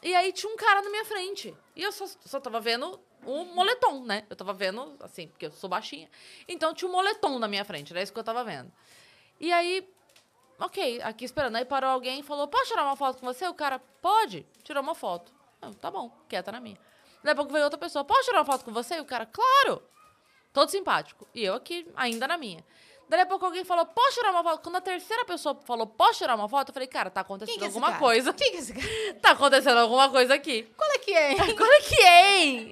E aí tinha um cara na minha frente. E eu só, só tava vendo o moletom, né? Eu tava vendo, assim, porque eu sou baixinha. Então tinha um moletom na minha frente, era isso que eu tava vendo. E aí, ok, aqui esperando. Aí parou alguém e falou: Posso tirar uma foto com você? O cara, pode? Tirou uma foto. Eu, tá bom, quieta na minha. Daqui a pouco veio outra pessoa: Posso tirar uma foto com você? E o cara, claro! Todo simpático. E eu aqui, ainda na minha. Daí a pouco alguém falou, posso tirar uma foto? Quando a terceira pessoa falou, posso tirar uma foto? Eu falei, cara, tá acontecendo Quem que é esse alguma cara? coisa. Quem que é esse cara? <laughs> Tá acontecendo alguma coisa aqui. Qual é que é? <laughs> Qual é que é, hein?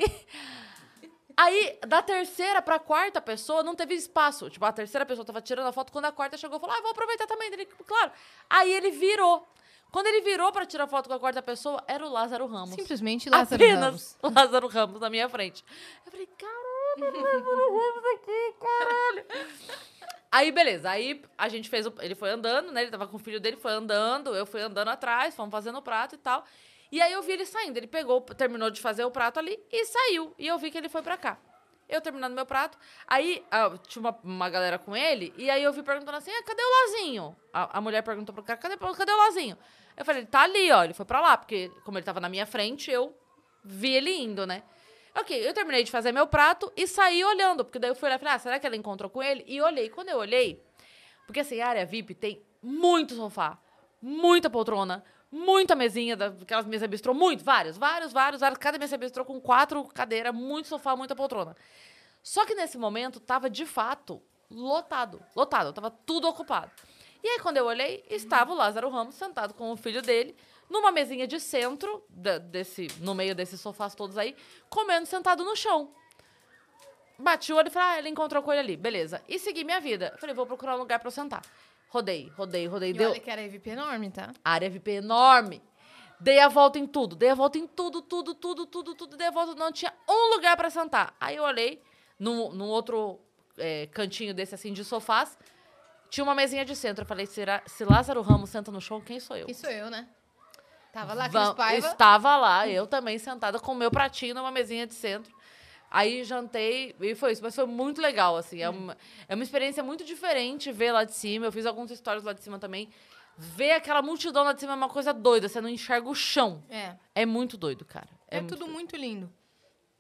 Aí, da terceira pra quarta pessoa, não teve espaço. Tipo, a terceira pessoa tava tirando a foto. Quando a quarta chegou, falou, ah, vou aproveitar também. Dele, claro. Aí ele virou. Quando ele virou pra tirar foto com a quarta pessoa, era o Lázaro Ramos. Simplesmente Lázaro Apenas Ramos. o Lázaro Ramos na minha frente. Eu falei, <laughs> caralho, o Lázaro Ramos aqui, caralho. Aí, beleza. Aí a gente fez o... Ele foi andando, né? Ele tava com o filho dele, foi andando. Eu fui andando atrás, fomos fazendo o prato e tal. E aí eu vi ele saindo. Ele pegou, terminou de fazer o prato ali e saiu. E eu vi que ele foi pra cá. Eu terminando meu prato. Aí ah, tinha uma, uma galera com ele. E aí eu vi perguntando assim: ah, cadê o Lazinho? A, a mulher perguntou pro cara: cadê, cadê o Lazinho? Eu falei: ele tá ali, ó. Ele foi pra lá. Porque como ele tava na minha frente, eu vi ele indo, né? Ok, eu terminei de fazer meu prato e saí olhando, porque daí eu fui lá e falei, ah, será que ela encontrou com ele? E olhei. Quando eu olhei, porque assim, a área VIP tem muito sofá, muita poltrona, muita mesinha, da- aquelas mesas bistrô, muito, vários, vários, vários, vários. Cada mesa bistrô com quatro cadeiras, muito sofá, muita poltrona. Só que nesse momento tava de fato lotado, lotado, tava tudo ocupado. E aí quando eu olhei, estava o Lázaro Ramos sentado com o filho dele numa mesinha de centro da- desse, no meio desses sofás todos aí, comendo sentado no chão. Bati o olho e falei, ah, ele encontrou com ele ali, beleza. E segui minha vida. Falei, vou procurar um lugar pra eu sentar. Rodei, rodei, rodei. E deu olha que era VIP enorme, tá? área VIP enorme. Dei a volta em tudo, dei a volta em tudo, tudo, tudo, tudo, tudo, dei a volta, não tinha um lugar é, pra sentar. Aí eu olhei num, num outro eh, cantinho desse assim de sofás, Tinha uma mesinha de centro. Eu falei, se, Ra- se Lázaro Ramos senta no show, quem sou eu? Isso eu, né? Tava lá, Cris Va- Paiva. Estava lá, eu também sentada com o meu pratinho numa mesinha de centro. Aí jantei e foi isso, mas foi muito legal, assim. Hum. É uma, é uma experiência muito diferente ver lá de cima. Eu fiz alguns stories lá de cima também. Ver aquela multidão lá de cima é uma coisa doida, você não enxerga o chão. É. É muito doido, cara. É, muito tudo doido. muito lindo.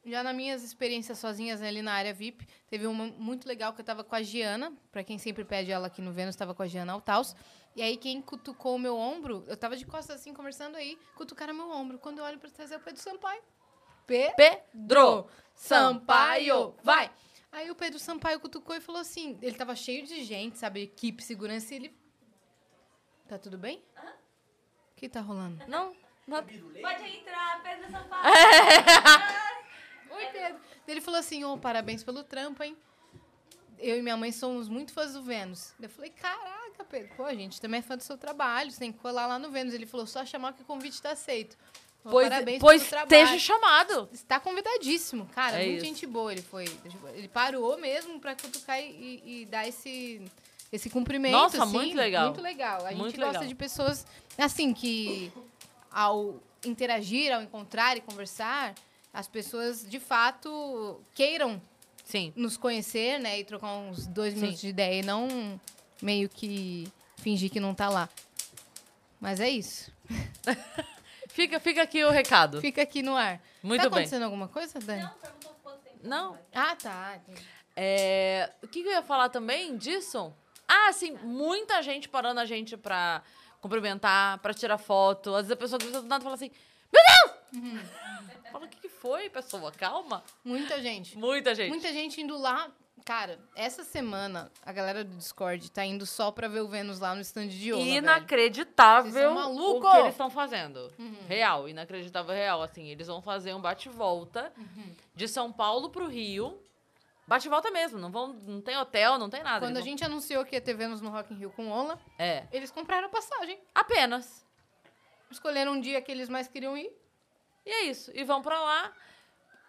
Já nas minhas experiências sozinhas né, ali na área VIP, teve uma muito legal que eu tava com a Giana, pra quem sempre pede ela aqui no Vênus, tava com a Giana Altaus. E aí quem cutucou o meu ombro, eu tava de costas assim conversando aí, cutucaram meu ombro. Quando eu olho pra trás é o Pedro Sampaio. Pedro Pedro Sampaio, vai! Aí o Pedro Sampaio cutucou e falou assim: ele tava cheio de gente, sabe? Equipe, segurança, e ele. Tá tudo bem? O que tá rolando? Não? Não. Pode entrar, Pedro Sampaio. Oi, Pedro. Ele falou assim: ô, parabéns pelo trampo, hein? Eu e minha mãe somos muito fãs do Vênus. Eu falei: caraca, Pedro, pô, a gente também é fã do seu trabalho, você tem que colar lá no Vênus. Ele falou: só chamar que o convite tá aceito. Ô, Pois, é, parabéns pois pelo trabalho. esteja chamado. Está Tá convidadíssimo, cara. É muito isso. gente boa ele foi. Ele parou mesmo pra cutucar e, e- e dar esse, esse cumprimento. Nossa, assim, muito legal. Muito legal. A Muito gente gosta legal. de pessoas, assim, que ao interagir, ao encontrar e conversar, as pessoas de fato queiram Sim. nos conhecer, né? E trocar uns dois Sim. minutos de ideia e não meio que fingir que não tá lá. Mas é isso. Fica, fica aqui o recado. Fica aqui no ar. Muito tá bem. acontecendo alguma coisa, Dani? Não, Ah, tá. entendi. É, o que, que eu ia falar também disso? Ah, sim, muita gente parando a gente pra cumprimentar, pra tirar foto. Às vezes a pessoa grita do nada e fala assim: Meu Uhum. Deus! fala, o que, que foi, pessoa? Calma. Muita gente. Muita gente. Muita gente indo lá. Cara, essa semana a galera do Discord tá indo só pra ver o Vênus lá no stand de Ola, velho. Vocês Inacreditável são Uhum. o maluco? que eles estão fazendo. Real, inacreditável real. Assim, eles vão fazer um bate-volta Uhum. de São Paulo pro Rio. Bate-volta mesmo, não, vão, não tem hotel, não tem nada. Quando Eles a vão- gente anunciou que ia ter Vênus no Rock in Rio com Ola, É, eles compraram a passagem. apenas. Escolheram um dia que eles mais queriam ir. E é isso. E vão pra lá,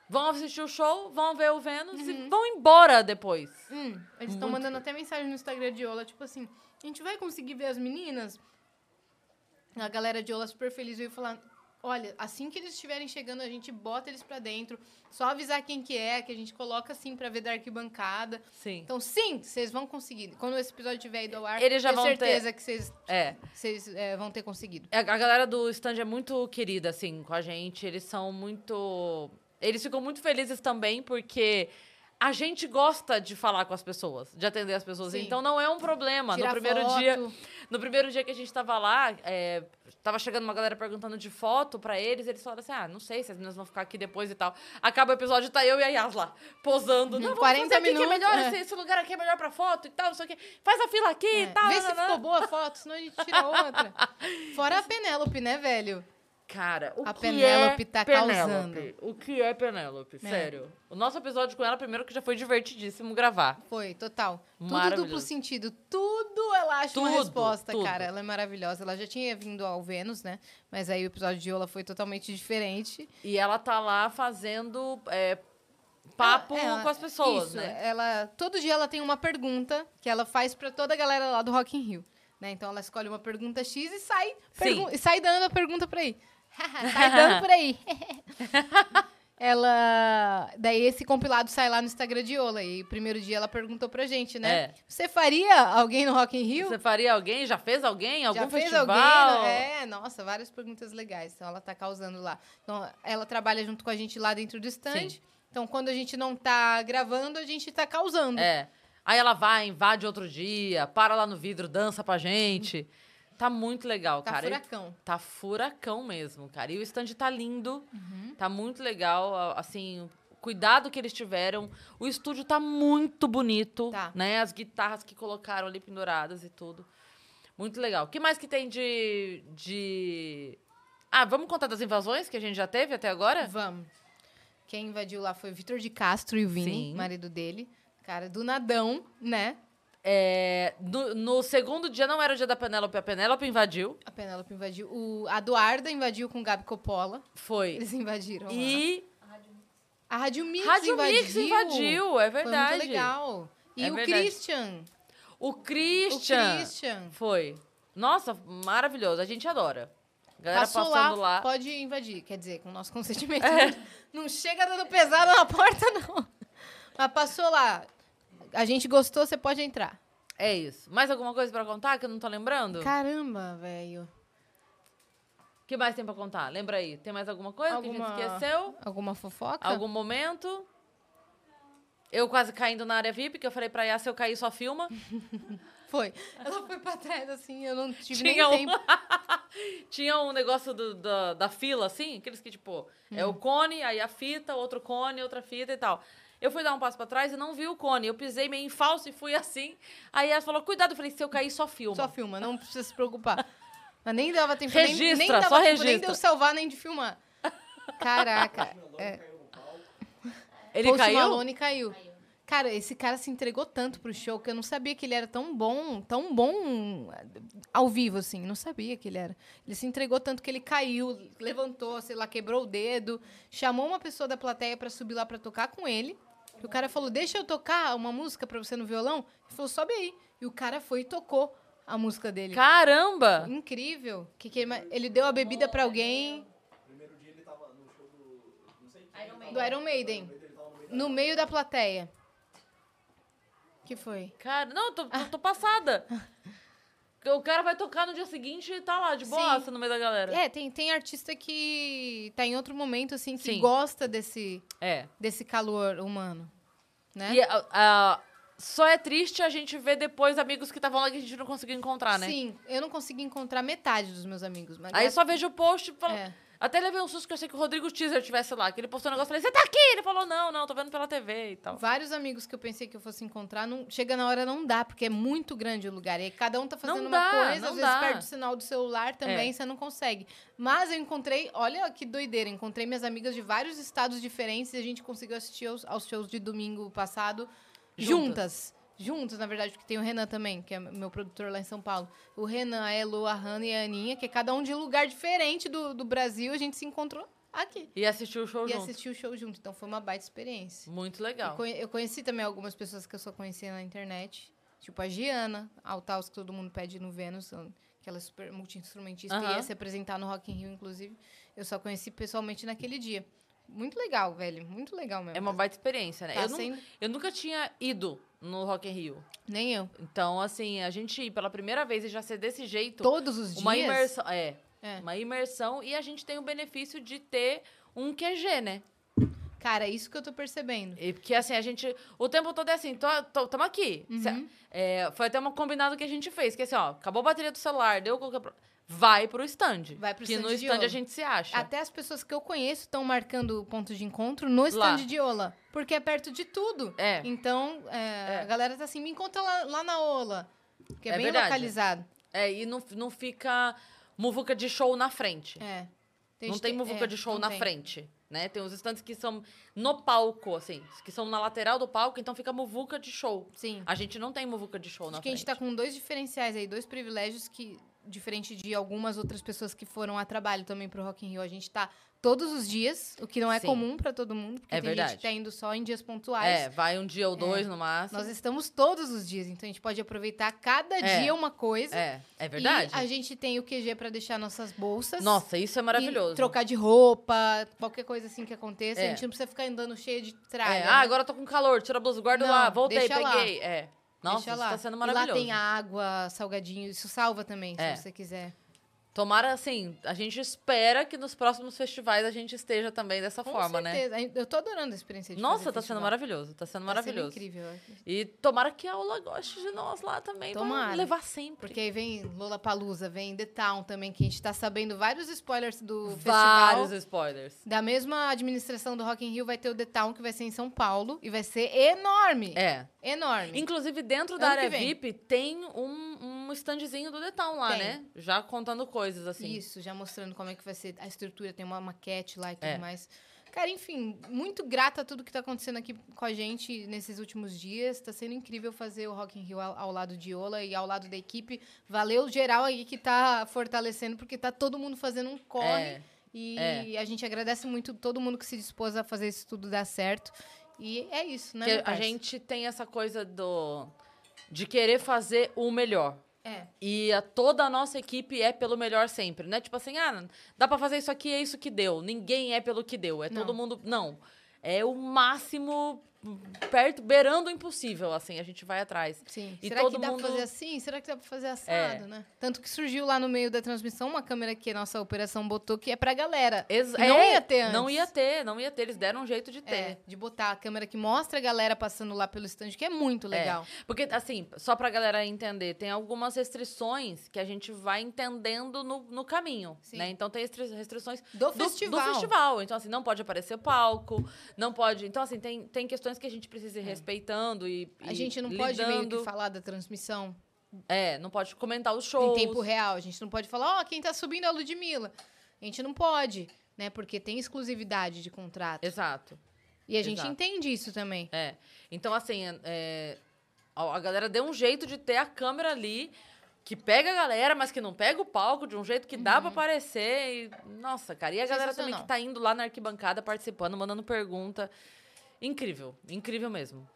vão assistir o show, vão ver o Vênus Uhum. e vão embora depois. Hum, eles estão mandando até mensagem no Instagram de Ola, tipo assim, a gente vai conseguir ver as meninas? A galera de Ola super feliz veio falar, olha, assim que eles estiverem chegando, a gente bota eles pra dentro, só avisar quem que é, que a gente coloca assim pra ver da arquibancada. Sim. Então, sim, vocês vão conseguir. Quando esse episódio tiver ido ao ar, Eles já tenho vão ter- certeza que vocês, É. vocês é, vão ter conseguido. A a galera do stand é muito querida, assim, com a gente. Eles são muito. Eles ficam muito felizes também, porque a gente gosta de falar com as pessoas, de atender as pessoas. Sim. Então não é um problema. Tirar no primeiro foto. dia. No primeiro dia que a gente tava lá, é, tava chegando uma galera perguntando de foto pra eles, eles falaram assim: ah, não sei se as meninas vão ficar aqui depois e tal. Acaba o episódio, tá eu e a Yas lá, posando. Não, vamos 40 fazer aqui que é minutos, melhor, é. esse, esse lugar aqui é melhor pra foto e tal, não sei o quê. Faz a fila aqui e É, tal. Vê se tá, nananã." ficou boa a foto, senão a gente tira <laughs> outra. Fora a Penélope, né, velho? Cara, o A que Penélope é tá Penélope? causando. O que é Penélope? Sério. O nosso episódio com ela, primeiro que já foi divertidíssimo gravar. Foi, total. Tudo Maravilhoso. duplo sentido. Tudo ela acha uma Tudo, resposta, tudo. cara. Ela é maravilhosa. Ela já tinha vindo ao Vênus, né? Mas aí o episódio de Ola foi totalmente diferente. E ela tá lá fazendo é, papo Ela- com as pessoas, É, isso, né? Ela, todo dia ela tem uma pergunta que ela faz pra toda a galera lá do Rock in Rio. Né? Então ela escolhe uma pergunta X e sai, pergun- e sai dando a pergunta <laughs> por aí. sai dando por aí. <laughs> ela. Daí esse compilado sai lá no Instagram de Ola. E o primeiro dia ela perguntou pra gente, né? É. Você faria alguém no Rock in Rio? Você faria alguém? Já fez alguém? Algum Já fez festival? alguém? É, nossa, várias perguntas legais. Então ela tá causando lá. Então, ela trabalha junto com a gente lá dentro do stand. Sim. Então, quando a gente não tá gravando, a gente tá causando. É. Aí ela vai, invade outro dia, para lá no vidro, dança pra gente. Tá muito legal, tá cara. E furacão. Tá furacão mesmo, cara. E o stand tá lindo, Uhum. tá muito legal, a- assim, o cuidado que eles tiveram. O estúdio tá muito bonito, Tá. né? As guitarras que colocaram ali penduradas e tudo. Muito legal. O que mais que tem de... de... Ah, vamos contar das invasões que a gente já teve até agora? Vamos. Quem invadiu lá foi o Vitor de Castro e o Vini, Sim. marido dele. Cara, do nadão, né? É, no, no segundo dia não era o dia da Penélope, a Penélope invadiu. A Penélope invadiu. O, a Duarda invadiu com o Gabi Coppola. Foi. Eles invadiram lá. E A Rádio Mix Rádio invadiu. Mix invadiu, é Foi verdade. muito legal. E É o verdade. Christian. O O Christian. Christian Foi. Nossa, maravilhoso. A gente adora. Galera passou lá, passando lá. É. pode invadir. Quer dizer, com o nosso <laughs> consentimento. Não chega dando pesado na porta, <laughs> não. Mas passou lá. A gente gostou, você pode entrar. É isso. Mais alguma coisa pra contar que eu não tô lembrando? O Caramba, velho. que mais tem pra contar? Lembra aí. Tem mais alguma coisa que a gente Alguma- esqueceu? Alguma fofoca? Algum momento? Eu quase caindo na área VIP, que eu falei pra Yá, se eu cair, só filma. Foi. Ela foi pra trás, assim, eu não tive Tinha nem um- tempo. <laughs> Tinha um negócio do- da, da fila, assim, aqueles que, tipo, é Hum. o cone, aí a fita, outro cone, outra fita e tal. Eu fui dar um passo pra trás e não vi o cone. Eu pisei meio em falso e fui assim. Aí ela falou, cuidado. Eu falei, se eu cair, só filma. Só filma, não precisa se preocupar. Mas nem dava tempo. nem, nem Registra, dava só tempo, Nem registra. deu salvar, nem de filmar. Caraca. É. Ele Post caiu? Malone caiu. Cara, esse cara se entregou tanto pro show que eu não sabia que ele era tão bom, tão bom eh, ao vivo, assim. Não sabia que ele era. Ele se entregou tanto que ele caiu, levantou, sei lá, quebrou o dedo, chamou uma pessoa da plateia pra subir lá pra tocar com ele. E o cara falou: Deixa eu tocar uma música pra você no violão. Ele falou: Sobe aí. E o cara foi e tocou a música dele. Caramba! Incrível. Que queima- Ele deu a bebida pra alguém. Do Iron Maiden. No meio da plateia. Que foi? Cara, não, tô, tô, <laughs> tô passada. O cara vai tocar no dia seguinte e tá lá, de Sim. bosta, no meio da galera. É, tem, tem artista que tá em outro momento, assim, que Sim. gosta desse, É. desse calor humano. Né? E a- a- só é triste a gente ver depois amigos que estavam lá que a gente não conseguiu encontrar, né? Sim, É. eu não consegui encontrar metade dos meus amigos. Mas Aí graças- só vejo o post e falo... É. Até levei um susto que eu achei que o Rodrigo Teaser estivesse lá. Que ele postou um negócio e falei, você tá aqui? Ele falou, não, não, tô vendo pela TV e tal. Vários amigos que eu pensei que eu fosse encontrar, não, chega na hora não dá, porque é muito grande o lugar. E aí cada um tá fazendo Não uma dá, coisa, não às dá. vezes perde o sinal do celular também, É. você não consegue. Mas eu encontrei, olha que doideira, encontrei minhas amigas de vários estados diferentes e a gente conseguiu assistir aos, aos shows de domingo passado juntas. Juntos, na verdade, porque tem o Renan também, que é meu produtor lá em São Paulo. O Renan, a Elo, a Hanna e a Aninha, que é cada um de um lugar diferente do, do Brasil, a gente se encontrou aqui. E assistiu o show E junto. assistiu o show junto. Então foi uma baita experiência. Muito Eu legal. conhe- Eu conheci também algumas pessoas que eu só conhecia na internet. Tipo a Giana, a Altaus, que todo mundo pede no Vênus, que ela é super multi-instrumentista e Aham. ia se apresentar no Rock in Rio, inclusive. Eu só conheci pessoalmente naquele dia. Muito legal, velho. Muito legal mesmo. É uma Tá- baita experiência, né? tá eu, nu- sendo- eu nunca tinha ido no Rock in Rio. Nem eu. Então, assim, a gente ir pela primeira vez e já ser desse jeito... Todos os dias. uma imersão, é, É. Uma imersão e a gente tem o benefício de ter um QG, né? Cara, é isso que eu tô percebendo. E porque assim, a gente. O tempo todo é assim, tô, tô- tamo aqui. Uhum. Cê- é, foi até uma combinado que a gente fez, que assim, ó, acabou a bateria do celular, deu qualquer. pro- Vai pro stand. Vai pro que stand no de stand ouro. a gente se acha. Até as pessoas que eu conheço estão marcando o ponto de encontro no stand Lá. de Ola. Porque é perto de tudo. É. Então, é, É. a galera tá assim, me encontra lá, lá na Ola. Que é, É bem verdade. localizado. É, e não, não fica muvuca de show na frente. É. não gente- tem muvuca é, de show não na tem. frente. Né? Tem uns stands que são no palco, assim, que são na lateral do palco, então fica muvuca de show. Sim. A gente não tem muvuca de Ah, show na Acho que a gente frente. tá com dois diferenciais aí, dois privilégios que, diferente de algumas outras pessoas que foram a trabalho também pro Rock in Rio, a gente tá todos os dias, o que não é Sim. comum pra todo mundo, porque É tem gente verdade. que tá indo só em dias pontuais. É, vai um dia ou dois no máximo. Nós estamos todos os dias, então a gente pode aproveitar cada É. dia uma coisa. É, é verdade. E a gente tem o QG pra deixar nossas bolsas. Nossa, isso é maravilhoso. E trocar de roupa, qualquer coisa assim que aconteça. É. A gente não precisa ficar andando cheia de É, tralha. ah, né? agora eu tô com calor, tira a blusa, guarda Não, lá, voltei, deixa lá. peguei. É. Nossa, Deixa isso lá. tá sendo E maravilhoso. Lá tem água, salgadinho, isso salva também, É. se você quiser. Tomara, assim, a gente espera que nos próximos festivais a gente esteja também dessa Com forma, né? certeza. Eu tô adorando a experiência de Nossa, fazer tá sendo festival. maravilhoso, tá sendo Tá maravilhoso. sendo incrível. E tomara que a aula goste de nós lá também, Tomara. pra levar sempre. Porque aí vem Lola Palusa, vem The Town também, que a gente tá sabendo vários spoilers do Vários festival. spoilers. Da mesma administração do Rock in Rio vai ter o The Town, que vai ser em São Paulo, e vai ser enorme. É. Enorme. Inclusive, dentro da É Ano que área vem. VIP tem um, um standzinho do Detal lá, Tem. né? Já contando coisas, assim. Isso, já mostrando como é que vai ser a estrutura, tem uma maquete lá e tudo É. mais. Cara, enfim, muito grata a tudo que tá acontecendo aqui com a gente nesses últimos dias. Tá sendo incrível fazer o Rock in Rio ao, ao lado de Ola e ao lado da equipe. Valeu geral aí que tá fortalecendo, porque tá todo mundo fazendo um corre. É. E é. a gente agradece muito todo mundo que se dispôs a fazer isso tudo dar certo. E é isso, né? Porque meu a parça? gente tem essa coisa do. de querer fazer o melhor. É. E a, toda a nossa equipe é pelo melhor sempre, né? Tipo assim, ah, dá pra fazer isso aqui, é isso que deu. Ninguém é pelo que deu, é Não. todo mundo... Não, é o máximo perto, beirando o impossível, assim, a gente vai atrás. Sim. E Será todo que dá mundo- É. pra fazer assim? Será que dá pra fazer assado, né? Tanto que surgiu lá no meio da transmissão uma câmera que a nossa operação botou que é pra galera. Ex- Que não é, ia ter antes. Não ia ter, não ia ter. Eles deram um jeito de ter. É, de botar a câmera que mostra a galera passando lá pelo estande, que é muito legal. Porque, assim, só pra galera entender, tem algumas restrições que a gente vai entendendo no, no caminho, Sim. né? Então, tem restri- restrições do, Do, do festival. festival. Então, assim, não pode aparecer palco, não pode... Então, assim, tem, tem questões que a gente precisa ir respeitando e É. A e gente não lidando. pode meio que falar da transmissão É, não pode comentar os shows. em tempo real. A gente não pode falar, ó, quem tá subindo é a Ludmilla. A gente não pode, né? Porque tem exclusividade de contrato. Exato. e a gente exato. entende isso também. É. Então, assim, é- é, a a galera deu um jeito de ter a câmera ali, que pega a galera, mas que não pega o palco, de um jeito que dá pra aparecer. e- nossa, cara. E a galera também que Uhum. Sensacional. tá indo lá na arquibancada, participando, mandando pergunta. Incrível, incrível mesmo.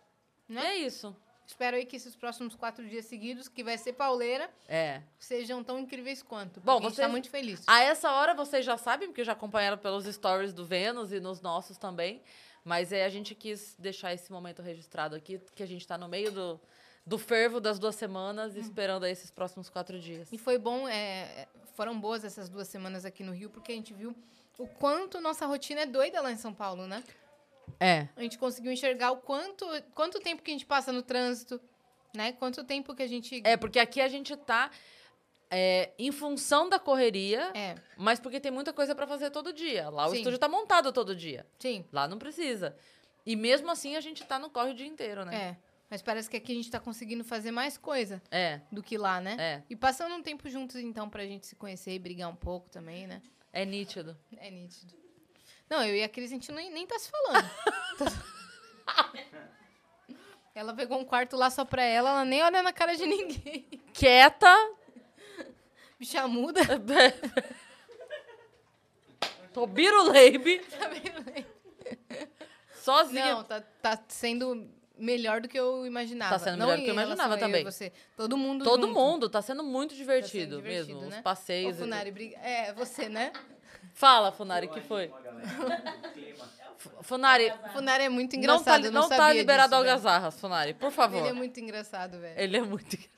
Né? E é isso. Espero aí que esses próximos quatro dias seguidos, que vai ser pauleira, É. sejam tão incríveis quanto. Bom, Bom, você vocês- Ah. tá muito feliz. A essa hora vocês já sabem, porque já acompanharam pelos stories do Vênus e nos nossos também. Mas é, a gente quis deixar esse momento registrado aqui, que a gente tá no meio do, do fervo das duas semanas, esperando aí esses próximos quatro dias. Hum. E foi bom, é, foram boas essas duas semanas aqui no Rio, porque a gente viu o quanto nossa rotina é doida lá em São Paulo, né? É. A gente conseguiu enxergar o quanto, quanto tempo que a gente passa no trânsito, né? Quanto tempo que a gente. É, porque aqui a gente tá é, em função da correria, É, mas porque tem muita coisa pra fazer todo dia. Lá o Sim. estúdio tá montado todo dia. sim. Lá não precisa. E mesmo assim a gente tá no corre o dia inteiro, né? É. Mas parece que aqui a gente tá conseguindo fazer mais coisa É. do que lá, né? É, E passando um tempo juntos, então, pra gente se conhecer e brigar um pouco também, né? é nítido. É nítido. Não, eu e a Cris, a gente nem, nem tá se <laughs> falando. Tá- ela pegou um quarto lá só pra ela, ela nem olha na cara de ninguém. Quieta. Bicha muda. <laughs> <laughs> Tobiro Leibe, sozinha. né? Não, tá, tá sendo melhor do que eu imaginava. Tá sendo Não melhor do em que eu imaginava relação a e também. você. Todo mundo Todo junto. mundo, tá sendo muito divertido, divertido, mesmo. né? Os Ô, passeios. e- Funari, briga... É, <laughs> você, né? Fala, Funari, que foi? Fu- Funari, Funari é muito não tá, engraçado, eu não, não tá sabia liberado disso, velho. algazarras, Funari, por favor. Ele é muito engraçado, velho. Ele é <laughs> muito engraçado.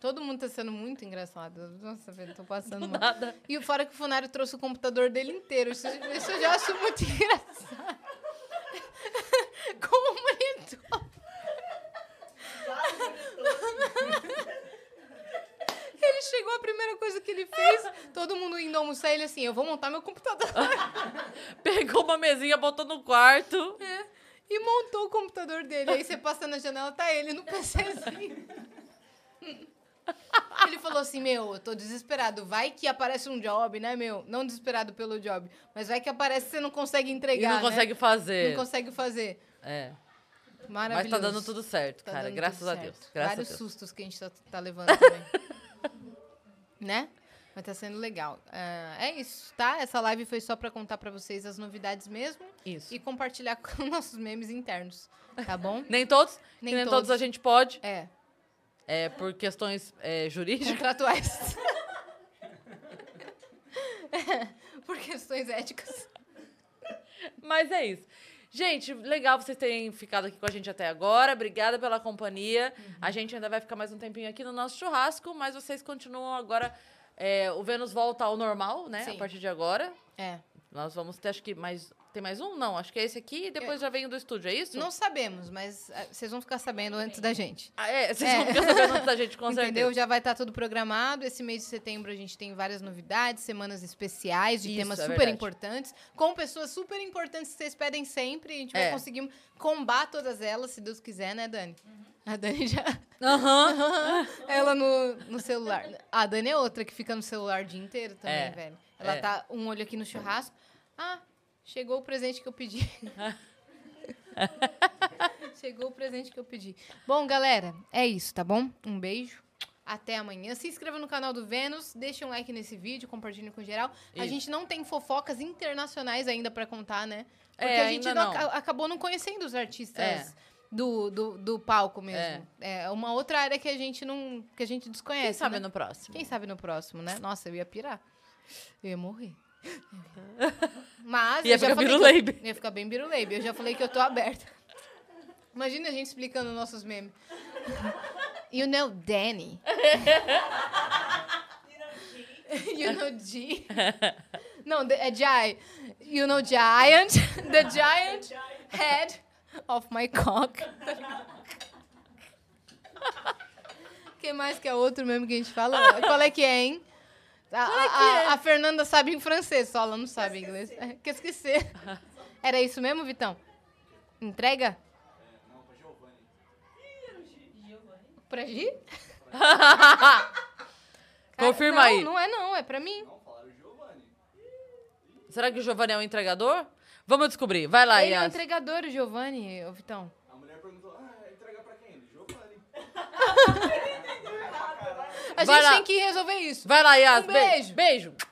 Todo mundo tá sendo muito engraçado. Nossa, velho, tô passando mal. Nada. E o fora que o Funari trouxe o computador dele inteiro. Isso, isso eu já acho muito <laughs> engraçado. Como um monitor. Ele chegou, a primeira coisa que ele fez, todo mundo indo almoçar, ele assim, eu vou montar meu computador. Pegou uma mesinha, botou no quarto. E montou o computador dele. Aí você passa na janela, tá ele no PCzinho. Ele falou assim, meu, eu tô desesperado. Vai que aparece um job, né, meu? Não desesperado pelo job, mas vai que aparece e você não consegue entregar, e não né? consegue fazer. Não consegue fazer. É. Mas Maravilhoso. tá dando tudo certo, Tá cara. dando graças tudo a certo. Deus. Graças Vários a Deus. sustos que a gente tá, tá levando também. <laughs> né? Mas tá sendo legal. Ah, é isso, tá? Essa live foi só pra contar pra vocês as novidades mesmo Isso. e compartilhar com nossos memes internos, tá bom? Nem todos? que Nem nem todos. todos. a gente pode. É, É, por questões é, <laughs> jurídicas. contratuais. <laughs> É, por questões éticas. Mas é isso. Gente, legal vocês terem ficado aqui com a gente até agora. Obrigada pela companhia. A gente ainda vai ficar mais um tempinho aqui no nosso churrasco, mas vocês continuam agora. é, o Vênus volta ao normal, né? A Sim. partir de agora. É, Nós vamos ter, acho que mais. Tem mais um? Não, acho que é esse aqui e depois já vem o do estúdio, é isso? não sabemos, mas ah, vocês vão ficar sabendo antes da gente. Ah, é, vocês É. vão ficar sabendo antes da gente, <laughs> com Entendeu? certeza. Já vai estar tudo programado. Esse mês de setembro a gente tem várias novidades, semanas especiais de Isso, temas é super verdade. importantes, com pessoas super importantes que vocês pedem sempre. e A gente É. vai conseguir combar todas elas, se Deus quiser, né, Dani? Uhum. A Dani já. Aham. Ela no, no celular. A Dani é outra que fica no celular o dia inteiro também, É, velho. Ela é. tá um olho aqui no churrasco. Ah, chegou o presente que <laughs> eu pedi. chegou o presente que eu pedi. Bom, galera, é isso, tá bom? Um beijo. Até amanhã. Se inscreva no canal do Vênus, deixa um like nesse vídeo, compartilhe com geral. A Isso. gente não tem fofocas internacionais ainda pra contar, né? Porque É, a gente ainda não não. aca- acabou não conhecendo os artistas É. do, do, do palco mesmo. É. É. uma outra área que a gente não. que a gente desconhece. Quem sabe né? no próximo? Quem sabe no próximo, né? Nossa, eu ia pirar. Eu ia morrer. Mas. Ia eu já ficar falei que eu- biruleibe. Ia ficar bem biruleibe. Eu já falei que eu tô aberta. Imagina a gente explicando nossos memes. <laughs> You know Danny. <laughs> you know <laughs> G. Não, the- é Gi. You know Giant. <laughs> The giant head of my cock. <laughs> Quem mais que é outro mesmo que a gente fala? Qual é que é, hein? A, a- a Fernanda sabe em francês, só ela não sabe em inglês. <laughs> É, Quer é? esquecer. Era isso mesmo, Vitão? É, Entrega? Não, pra Giovanni. Pra Gi? Cara, <laughs> Confirma não, aí. Não é não, é pra mim. Será que o Giovanni é um entregador? Vamos descobrir. Vai lá, Ele é o Yas. entregador, o Giovanni, ô Vitão. A mulher perguntou, ah, entregar pra <laughs> quem? Giovanni. A Vai gente lá. tem que resolver isso. Vai lá, Yas. Um Beijo. Beijo.